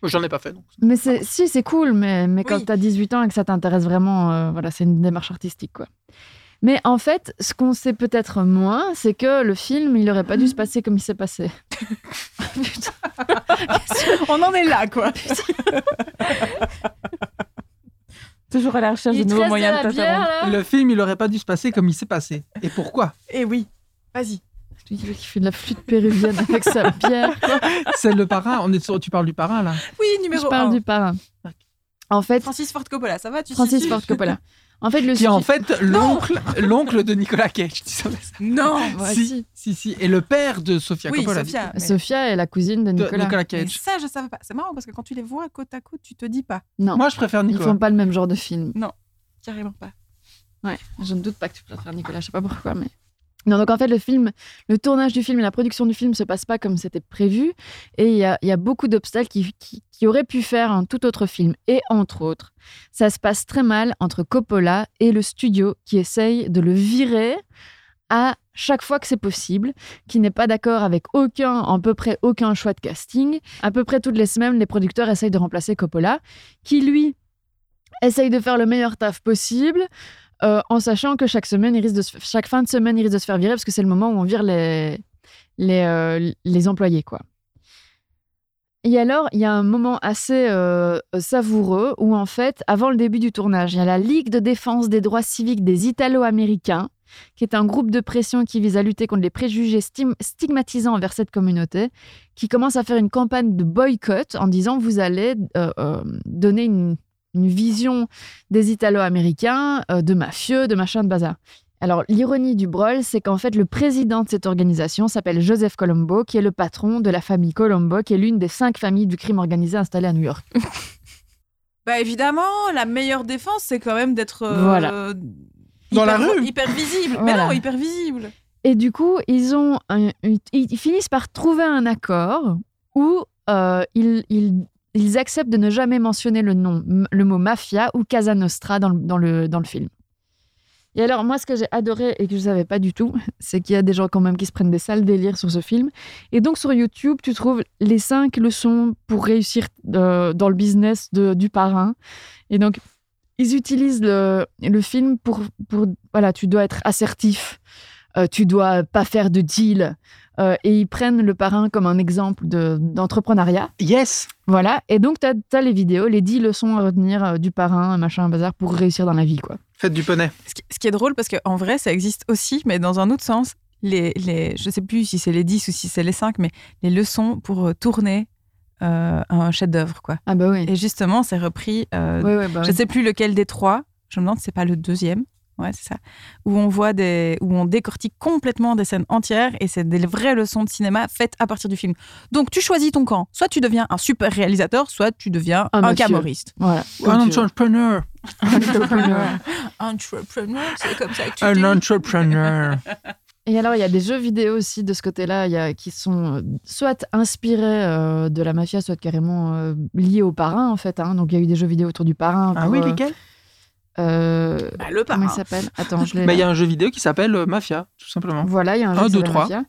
[SPEAKER 3] Oh, J'en ai pas fait. Donc.
[SPEAKER 2] Mais c'est, si, c'est cool, mais, mais quand
[SPEAKER 7] Oui.
[SPEAKER 2] t'as 18 ans et que ça t'intéresse vraiment, euh, voilà, c'est une démarche artistique, quoi. Mais en fait, ce qu'on sait peut-être moins, c'est que le film, il aurait pas
[SPEAKER 7] Mmh.
[SPEAKER 2] dû se passer comme il s'est passé. Putain.
[SPEAKER 4] On en est là, quoi.
[SPEAKER 6] Toujours à la recherche
[SPEAKER 2] Il
[SPEAKER 6] de
[SPEAKER 2] te
[SPEAKER 6] nouveaux
[SPEAKER 2] reste de
[SPEAKER 6] moyens
[SPEAKER 2] la
[SPEAKER 6] de
[SPEAKER 2] bière,
[SPEAKER 6] t'attendre.
[SPEAKER 2] là
[SPEAKER 3] Le film, il aurait pas dû se passer comme il s'est passé. Et pourquoi
[SPEAKER 4] Et Eh oui, vas-y.
[SPEAKER 2] Lui, il fait de la flûte péruvienne avec sa bière.
[SPEAKER 3] C'est le parrain. On est sur- tu parles du parrain là.
[SPEAKER 4] Oui,
[SPEAKER 2] Je
[SPEAKER 4] numéro
[SPEAKER 2] parle
[SPEAKER 4] 1.
[SPEAKER 2] du parrain. En fait,
[SPEAKER 4] Francis Ford Coppola, ça va tu
[SPEAKER 2] Francis
[SPEAKER 4] situes
[SPEAKER 2] Ford Coppola. En fait, le
[SPEAKER 3] Qui est en
[SPEAKER 2] studio-
[SPEAKER 3] fait l'oncle, l'oncle de Nicolas Cage. Tu savais ça
[SPEAKER 7] Non
[SPEAKER 2] Ouais,
[SPEAKER 3] si,
[SPEAKER 2] si.
[SPEAKER 3] si, si. Et le père de Sofia
[SPEAKER 4] Oui,
[SPEAKER 3] Coppola.
[SPEAKER 4] Sophia. mais-
[SPEAKER 2] Sophia est la cousine de
[SPEAKER 3] De
[SPEAKER 2] Nicolas.
[SPEAKER 3] Nicolas,
[SPEAKER 4] mais
[SPEAKER 3] Cage.
[SPEAKER 4] ça, je savais pas. C'est marrant parce que quand tu les vois côte à côte, tu te dis pas.
[SPEAKER 2] Non,
[SPEAKER 3] Moi, je préfère
[SPEAKER 2] ils
[SPEAKER 3] Nicolas.
[SPEAKER 2] font pas le même genre de film.
[SPEAKER 4] Carrément pas.
[SPEAKER 2] Ouais, je ne doute pas que tu préfères Nicolas, je sais pas pourquoi, mais. Non, donc en fait, le film, le tournage du film et la production du film se passent pas comme c'était prévu. Et il y a, il y a beaucoup d'obstacles qui, qui, qui auraient pu faire un tout autre film. Et entre autres, ça se passe très mal entre Coppola et le studio qui essaye de le virer à chaque fois que c'est possible, qui n'est pas d'accord avec aucun, à peu près aucun choix de casting. À peu près toutes les semaines, les producteurs essayent de remplacer Coppola, qui lui essaye de faire le meilleur taf possible, euh, en sachant que chaque semaine, il risque de se- chaque fin de semaine, il risque de se faire virer parce que c'est le moment où on vire les, les, euh, les employés, quoi. Et alors, il y a un moment assez euh, savoureux où, en fait, avant le début du tournage, il y a la Ligue de défense des droits civiques des Italo-Américains, qui est un groupe de pression qui vise à lutter contre les préjugés stim- stigmatisants envers cette communauté, qui commence à faire une campagne de boycott en disant vous allez euh, euh, donner une- une vision des Italo-Américains, euh, de mafieux, de machin, de bazar. Alors, l'ironie du brol, c'est qu'en fait, le président de cette organisation s'appelle Joseph Colombo, qui est le patron de la famille Colombo, qui est l'une des cinq familles du crime organisé installées à New York.
[SPEAKER 4] Bah évidemment, la meilleure défense, c'est quand même d'être. euh,
[SPEAKER 2] Voilà.
[SPEAKER 3] Dans
[SPEAKER 4] hyper-
[SPEAKER 3] la rue.
[SPEAKER 4] Hyper visible. Mais
[SPEAKER 2] Voilà.
[SPEAKER 4] non, hyper visible.
[SPEAKER 2] Et du coup, ils, ont un- une- ils ils finissent par trouver un accord où euh, ils, ils- ils acceptent de ne jamais mentionner le, nom, m- le mot mafia ou Casa Nostra dans le, dans le, dans le film. Et alors, moi, ce que j'ai adoré et que je ne savais pas du tout, c'est qu'il y a des gens quand même qui se prennent des sales délires sur ce film. Et donc, sur YouTube, tu trouves les cinq leçons pour réussir euh, dans le business de- du parrain. Et donc, ils utilisent le, le film pour, pour... Voilà, tu dois être assertif, euh, tu dois pas faire de deal. Euh, et ils prennent le parrain comme un exemple de- d'entrepreneuriat.
[SPEAKER 3] Yes.
[SPEAKER 2] voilà. Et donc, tu as, les vidéos, les 10 leçons à retenir euh, du parrain, machin, bazar, pour réussir dans la vie, quoi.
[SPEAKER 3] Faites du poney.
[SPEAKER 4] Ce qui, ce qui est drôle parce qu'en vrai, ça existe aussi, mais dans un autre sens. Les, les, je sais plus si c'est les 10 ou si c'est les 5, mais les leçons pour euh, tourner euh, un chef-d'œuvre, quoi.
[SPEAKER 2] Ah, bah
[SPEAKER 3] Euh,
[SPEAKER 2] oui.
[SPEAKER 4] Et justement, c'est repris. euh,
[SPEAKER 2] Ouais, ouais, bah
[SPEAKER 4] Je
[SPEAKER 2] oui.
[SPEAKER 4] sais plus lequel des trois. Je me demande si c'est pas le deuxième. Ouais, c'est ça. Où on voit des, où on décortique complètement des scènes entières et c'est des vraies leçons de cinéma faites à partir du film. Donc tu choisis ton camp. Soit tu deviens un super réalisateur, soit tu deviens
[SPEAKER 2] Un
[SPEAKER 4] un,
[SPEAKER 2] mafieux.
[SPEAKER 4] camoriste.
[SPEAKER 2] Voilà.
[SPEAKER 3] Un
[SPEAKER 2] Donc, euh,
[SPEAKER 3] entrepreneur.
[SPEAKER 4] Entrepreneur, c'est comme ça que
[SPEAKER 3] Un entrepreneur.
[SPEAKER 2] Et alors, il y a des jeux vidéo aussi de ce côté-là il y a- qui sont euh, soit inspirés euh, de la mafia, soit carrément euh, liés au parrain, en fait. hein. Donc, il y a eu des jeux vidéo autour du parrain.
[SPEAKER 3] Ah
[SPEAKER 2] pour,
[SPEAKER 3] oui,
[SPEAKER 2] euh,
[SPEAKER 3] lesquels
[SPEAKER 2] euh,
[SPEAKER 4] Bah, le
[SPEAKER 2] Comment
[SPEAKER 4] parrain.
[SPEAKER 2] il s'appelle Attends, je l'ai.
[SPEAKER 3] Bah, Il
[SPEAKER 2] là.
[SPEAKER 3] y a un jeu vidéo qui s'appelle euh, Mafia, tout simplement.
[SPEAKER 2] Voilà, il y a un
[SPEAKER 3] Un,
[SPEAKER 2] jeu qui
[SPEAKER 3] deux,
[SPEAKER 2] s'appelle
[SPEAKER 3] trois.
[SPEAKER 2] Mafia.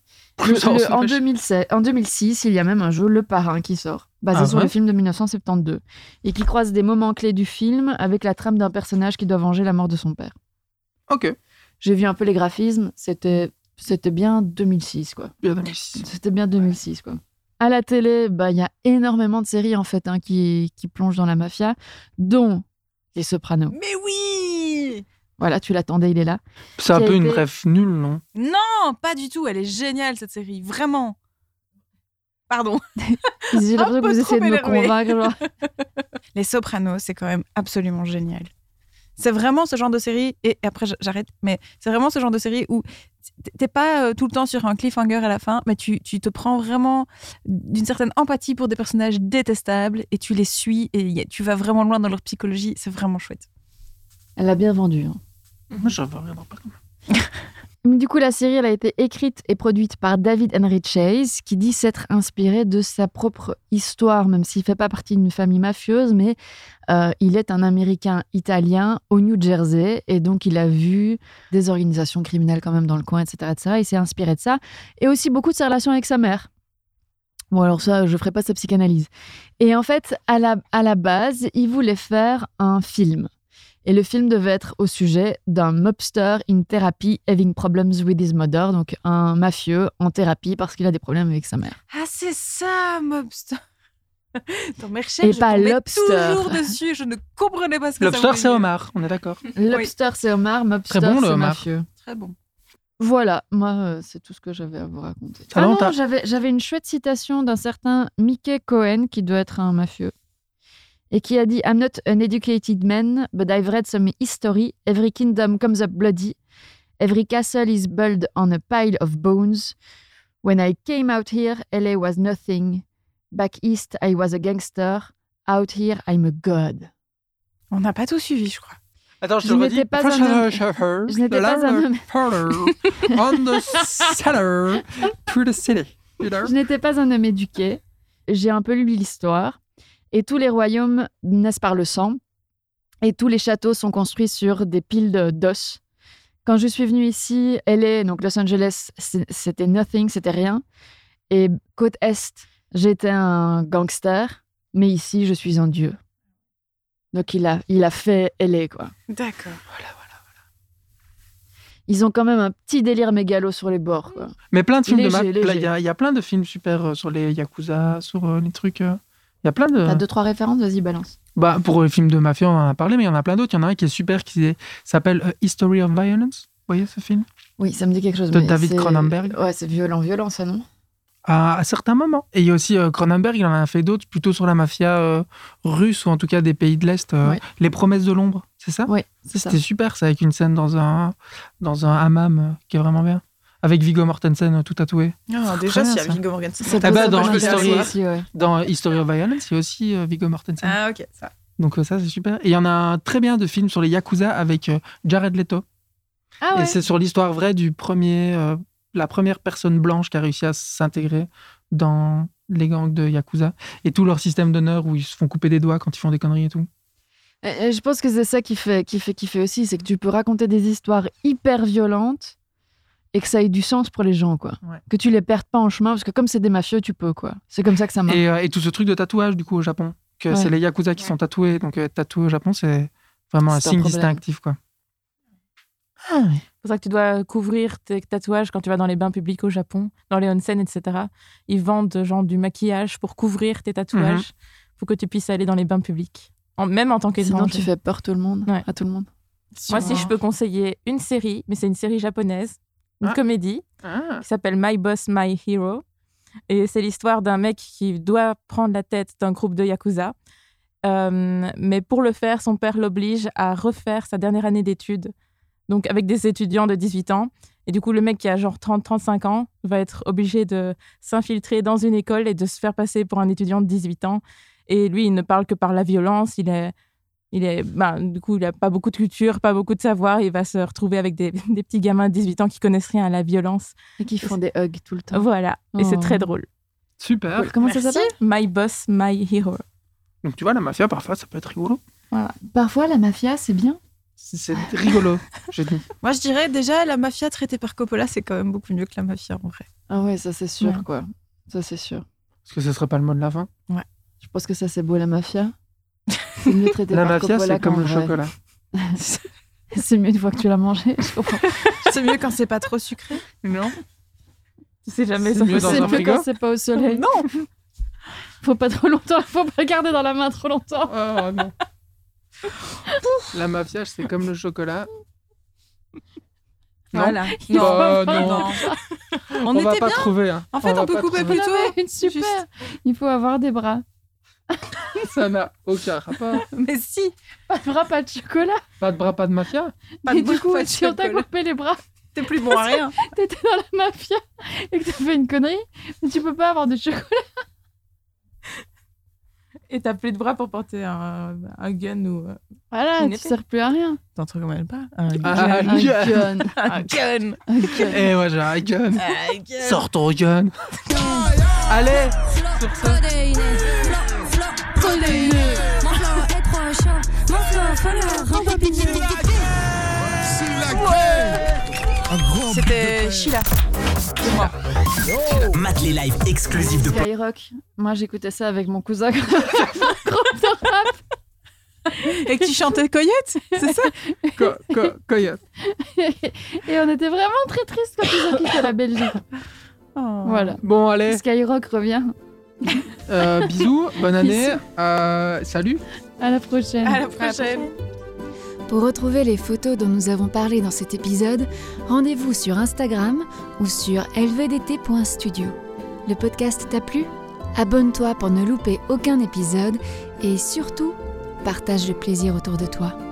[SPEAKER 2] Le-
[SPEAKER 3] Ça, on
[SPEAKER 2] le-
[SPEAKER 3] s'en
[SPEAKER 2] en,
[SPEAKER 3] fiche.
[SPEAKER 2] 2007 en 2006, il y a même un jeu, Le Parrain, qui sort, basé
[SPEAKER 3] Ah
[SPEAKER 2] sur
[SPEAKER 3] ouais
[SPEAKER 2] le film de 1972, et qui croise des moments clés du film avec la trame d'un personnage qui doit venger la mort de son père.
[SPEAKER 3] Ok.
[SPEAKER 2] J'ai vu un peu les graphismes, c'était c'était bien 2006, quoi.
[SPEAKER 3] Bien, non, mais si.
[SPEAKER 2] C'était bien 2006, quoi. À la télé, bah, il y a énormément de séries, en fait, hein, qui, qui plongent dans la mafia, dont Les Sopranos.
[SPEAKER 4] Mais oui.
[SPEAKER 2] Voilà, tu l'attendais, il est là.
[SPEAKER 3] C'est un
[SPEAKER 2] Qui a
[SPEAKER 3] peu une
[SPEAKER 2] été-
[SPEAKER 3] rêve nulle, non
[SPEAKER 4] Non, pas du tout. Elle est géniale cette série, vraiment. Pardon.
[SPEAKER 2] J'ai l'impression
[SPEAKER 4] Un
[SPEAKER 2] que
[SPEAKER 4] peu
[SPEAKER 2] vous
[SPEAKER 4] trop
[SPEAKER 2] essayez de me
[SPEAKER 4] énervé.
[SPEAKER 2] convaincre. genre.
[SPEAKER 4] Les Sopranos, c'est quand même absolument génial. C'est vraiment ce genre de série, et après j- j'arrête, mais c'est vraiment ce genre de série où t- t'es pas euh, tout le temps sur un cliffhanger à la fin, mais tu, tu te prends vraiment d'une certaine empathie pour des personnages détestables et tu les suis et y a- tu vas vraiment loin dans leur psychologie. C'est vraiment chouette.
[SPEAKER 2] Elle l'a bien vendu. hein.
[SPEAKER 3] Moi, je reviendrai pas.
[SPEAKER 2] Du coup, la série, elle a été écrite et produite par David Henry Chase, qui dit s'être inspiré de sa propre histoire, même s'il fait pas partie d'une famille mafieuse, mais euh, il est un Américain italien au New Jersey, et donc il a vu des organisations criminelles quand même dans le coin, etc. etc. il s'est inspiré de ça, et aussi beaucoup de ses relations avec sa mère. Bon, alors ça, je ferai pas sa psychanalyse. Et en fait, à la, à la base, il voulait faire un film. Et le film devait être au sujet d'un mobster in therapy having problems with his mother, donc un mafieux en thérapie parce qu'il a des problèmes avec sa mère.
[SPEAKER 8] Ah, c'est ça, Mobster. Dans mes recherches,
[SPEAKER 2] Et
[SPEAKER 8] je
[SPEAKER 2] pas
[SPEAKER 8] tombais
[SPEAKER 2] Lobster.
[SPEAKER 8] toujours dessus. Je ne comprenais pas ce que ça
[SPEAKER 3] Lobster,
[SPEAKER 8] voulait
[SPEAKER 3] c'est
[SPEAKER 8] dire.
[SPEAKER 3] Omar, on est d'accord.
[SPEAKER 2] Lobster, c'est Omar, mobster,
[SPEAKER 3] bon, le
[SPEAKER 2] c'est
[SPEAKER 3] homard.
[SPEAKER 2] mafieux.
[SPEAKER 8] Très bon.
[SPEAKER 2] Voilà, moi, euh, c'est tout ce que j'avais à vous raconter.
[SPEAKER 3] Ah non,
[SPEAKER 2] Ah non,
[SPEAKER 3] t'as-
[SPEAKER 2] j'avais j'avais une chouette citation d'un certain Mickey Cohen, qui doit être un mafieux, et qui a dit I'm not an educated man, but I've read some history. Every kingdom comes up bloody. Every castle is built on a pile of bones. When I came out here, LA was nothing. Back east, I was a gangster. Out here, I'm a god.
[SPEAKER 7] On n'a pas tout suivi, je crois.
[SPEAKER 3] Attends,
[SPEAKER 2] Je n'étais pas un homme- je n'étais pas un homme.
[SPEAKER 3] On the cellar to the city. You know
[SPEAKER 2] Je n'étais pas un homme éduqué. J'ai un peu lu l'histoire. Et tous les royaumes naissent par le sang. Et tous les châteaux sont construits sur des piles de- d'os. Quand je suis venue ici, LA, donc Los Angeles, c'est- c'était nothing, c'était rien. Et côte est, j'étais un gangster. Mais ici, je suis un dieu. Donc il a, il a fait LA, quoi.
[SPEAKER 8] D'accord.
[SPEAKER 2] Ils ont quand même un petit délire mégalo sur les bords, quoi.
[SPEAKER 3] Mais plein de films
[SPEAKER 2] Léger,
[SPEAKER 3] de ma...
[SPEAKER 2] léger.
[SPEAKER 3] Il y, a- il y a plein de films super euh, sur les Yakuza, sur euh, les trucs. euh, Il y a plein de.
[SPEAKER 2] T'as deux, trois références, vas-y, balance.
[SPEAKER 3] Bah, pour les films de mafia, on en a parlé, mais il y en a plein d'autres. Il y en a un qui est super qui est- s'appelle euh, History of Violence. Vous voyez ce film
[SPEAKER 2] Oui, ça me dit quelque chose.
[SPEAKER 3] De
[SPEAKER 2] mais
[SPEAKER 3] David
[SPEAKER 2] c'est-
[SPEAKER 3] Cronenberg.
[SPEAKER 2] Ouais, c'est violent, violent, ça, non
[SPEAKER 3] à, à certains moments. Et il y a aussi euh, Cronenberg, il en a fait d'autres, plutôt sur la mafia euh, russe ou en tout cas des pays de l'Est. euh,
[SPEAKER 2] Ouais.
[SPEAKER 3] Les promesses de l'ombre, Ah, c'est ça
[SPEAKER 2] Oui, c'est ça.
[SPEAKER 3] C'était super, ça, avec une scène dans un, dans un hammam euh, qui est vraiment bien. Avec Viggo Mortensen euh, tout tatoué.
[SPEAKER 8] Ah,
[SPEAKER 3] Très
[SPEAKER 8] déjà, s'il y
[SPEAKER 3] bien,
[SPEAKER 8] a
[SPEAKER 3] ça.
[SPEAKER 8] Viggo Morgan,
[SPEAKER 2] C'est
[SPEAKER 3] Ah
[SPEAKER 2] pour
[SPEAKER 3] bah,
[SPEAKER 2] ça
[SPEAKER 3] dans
[SPEAKER 2] qu'on
[SPEAKER 3] Toy
[SPEAKER 2] interdit
[SPEAKER 3] Story.
[SPEAKER 2] aussi, ouais.
[SPEAKER 3] Dans History of Violence, il y a aussi euh, Viggo Mortensen.
[SPEAKER 8] Ah, ok, ça.
[SPEAKER 3] Donc euh, ça, c'est super. Et il y en a un très bien de film sur les Yakuza avec euh, Jared Leto.
[SPEAKER 2] Ah
[SPEAKER 3] Et c'est sur l'histoire vraie du premier, euh, la première personne blanche qui a réussi à s'intégrer dans les gangs de Yakuza et tout leur système d'honneur où ils se font couper des doigts quand ils font des conneries et tout.
[SPEAKER 2] Et- et je pense que c'est ça qui fait, qui fait, qui fait aussi, c'est que tu peux raconter des histoires hyper violentes et que ça ait du sens pour les gens, quoi.
[SPEAKER 3] Ouais.
[SPEAKER 2] Que tu les perdes pas en chemin, parce que comme c'est des mafieux, tu peux, quoi. C'est comme ça que ça marche.
[SPEAKER 3] Et, euh, et tout ce truc de tatouage du coup au Japon, que
[SPEAKER 2] Ouais.
[SPEAKER 3] c'est les Yakuza qui sont tatoués, donc être tatoué au Japon c'est vraiment un
[SPEAKER 2] C'est un
[SPEAKER 3] signe
[SPEAKER 2] problème. Ah
[SPEAKER 3] distinctif quoi.
[SPEAKER 4] C'est pour ça que tu dois couvrir tes tatouages quand tu vas dans les bains publics au Japon, dans les onsen, etc. Ils vendent euh, genre du maquillage pour couvrir tes tatouages,
[SPEAKER 8] Mhm.
[SPEAKER 4] pour que tu puisses aller dans les bains publics, En- même en tant
[SPEAKER 2] Sinon,
[SPEAKER 4] qu'étranger.
[SPEAKER 2] tu fais peur tout le monde,
[SPEAKER 4] Ouais.
[SPEAKER 2] à tout le monde.
[SPEAKER 4] Moi, si je peux conseiller une série, mais c'est une série japonaise, une
[SPEAKER 3] Ah.
[SPEAKER 4] comédie, qui s'appelle My Boss, My Hero. Et c'est l'histoire d'un mec qui doit prendre la tête d'un groupe de Yakuza. Euh, mais pour le faire, son père l'oblige à refaire sa dernière année d'études, donc avec des étudiants de 18 ans. Et du coup, le mec qui a genre 30-35 ans va être obligé de s'infiltrer dans une école et de se faire passer pour un étudiant de 18 ans. Et lui, il ne parle que par la violence. Il est, il est, ben, du coup, il n'a pas beaucoup de culture, pas beaucoup de savoir. Il va se retrouver avec des, des petits gamins de 18 ans qui connaissent rien à la violence.
[SPEAKER 2] Et qui font des hugs tout le temps.
[SPEAKER 4] Voilà, et c'est
[SPEAKER 2] Oh.
[SPEAKER 4] très drôle.
[SPEAKER 3] Super.
[SPEAKER 2] Comment ça
[SPEAKER 4] Merci.
[SPEAKER 2] s'appelle
[SPEAKER 4] My Boss, My Hero.
[SPEAKER 3] Donc tu vois la mafia parfois ça peut être rigolo.
[SPEAKER 2] Parfois, la mafia, c'est bien.
[SPEAKER 3] C'est c'est rigolo, j'ai dit.
[SPEAKER 7] Moi, je dirais déjà, la mafia traitée par Coppola, c'est quand même beaucoup mieux que la mafia en vrai.
[SPEAKER 2] Ah ouais, ça, c'est sûr,
[SPEAKER 4] Ouais.
[SPEAKER 2] quoi. Ça, c'est sûr.
[SPEAKER 3] Parce que ce serait pas le mot de la fin.
[SPEAKER 2] Je pense que ça, c'est beau, la mafia. C'est mieux traité
[SPEAKER 3] La
[SPEAKER 2] par
[SPEAKER 3] mafia
[SPEAKER 2] Coppola
[SPEAKER 3] c'est comme
[SPEAKER 2] qu'en
[SPEAKER 3] le
[SPEAKER 2] vrai.
[SPEAKER 3] chocolat.
[SPEAKER 2] C'est mieux une fois que tu l'as mangé, je comprends.
[SPEAKER 7] C'est mieux quand c'est pas trop sucré.
[SPEAKER 3] Non.
[SPEAKER 4] Tu sais
[SPEAKER 2] Ah,
[SPEAKER 4] jamais
[SPEAKER 3] C'est
[SPEAKER 4] ça.
[SPEAKER 3] mieux dans
[SPEAKER 2] C'est
[SPEAKER 3] un
[SPEAKER 2] mieux
[SPEAKER 3] frigo.
[SPEAKER 2] quand c'est pas au soleil. Non Faut pas trop longtemps, faut pas garder dans la main trop longtemps.
[SPEAKER 3] Oh non. la mafia c'est comme le chocolat. Non.
[SPEAKER 8] Voilà.
[SPEAKER 2] Non,
[SPEAKER 3] Bah,
[SPEAKER 2] pas-
[SPEAKER 3] non.
[SPEAKER 8] On,
[SPEAKER 3] va
[SPEAKER 8] était
[SPEAKER 3] pas
[SPEAKER 8] bien.
[SPEAKER 3] trouver. hein.
[SPEAKER 8] En fait, on,
[SPEAKER 3] va
[SPEAKER 8] peut
[SPEAKER 3] pas
[SPEAKER 8] couper
[SPEAKER 3] trouver.
[SPEAKER 8] plus tôt.
[SPEAKER 2] Une super Il faut avoir des bras.
[SPEAKER 3] Ça n'a aucun rapport.
[SPEAKER 8] Mais si.
[SPEAKER 2] Pas de bras, pas de chocolat.
[SPEAKER 3] Pas de bras, pas de mafia.
[SPEAKER 8] Pas
[SPEAKER 2] Et
[SPEAKER 8] de bras,
[SPEAKER 2] du coup,
[SPEAKER 8] pas de
[SPEAKER 2] si on t'a
[SPEAKER 8] chocolat.
[SPEAKER 2] coupé les bras,
[SPEAKER 8] T'es plus bon à rien.
[SPEAKER 2] t'étais dans la mafia et que t'as fait une connerie, tu peux pas avoir de chocolat.
[SPEAKER 4] Et t'as plus de bras pour porter un, un gun ou. euh,
[SPEAKER 2] Voilà,
[SPEAKER 4] Une
[SPEAKER 2] tu
[SPEAKER 4] épée.
[SPEAKER 2] sers plus à rien.
[SPEAKER 7] T'en truc comme elle parle. Un
[SPEAKER 3] Ah,
[SPEAKER 7] gun.
[SPEAKER 2] Un gun.
[SPEAKER 3] gun.
[SPEAKER 7] Un gun.
[SPEAKER 2] Un gun.
[SPEAKER 3] Eh ouais, j'ai un gun. Sors ton gun. Allez
[SPEAKER 9] Flop, codéiné. Flop, flop, codéiné. Mon flanc est trop chaud. Mon flanc, faut le rembobiner.
[SPEAKER 7] C'était Sheila.
[SPEAKER 10] Mate les lives exclusifs de
[SPEAKER 2] Skyrock. Moi, j'écoutais ça avec mon cousin. quand on était en groupe de rap.
[SPEAKER 7] Et que tu chantais Coyote C'est ça
[SPEAKER 3] Co- co- Coyote.
[SPEAKER 2] Et on était vraiment très tristes quand ils ont quitté la Belgique.
[SPEAKER 7] Oh.
[SPEAKER 2] Voilà.
[SPEAKER 3] Bon, allez,
[SPEAKER 2] Skyrock revient.
[SPEAKER 3] euh, bisous, bonne année, euh, salut
[SPEAKER 2] À la prochaine.
[SPEAKER 7] À la prochaine.
[SPEAKER 1] Pour retrouver les photos dont nous avons parlé dans cet épisode, rendez-vous sur Instagram ou sur lvdt.studio. Le podcast t'a plu Abonne-toi pour ne louper aucun épisode et surtout, partage le plaisir autour de toi.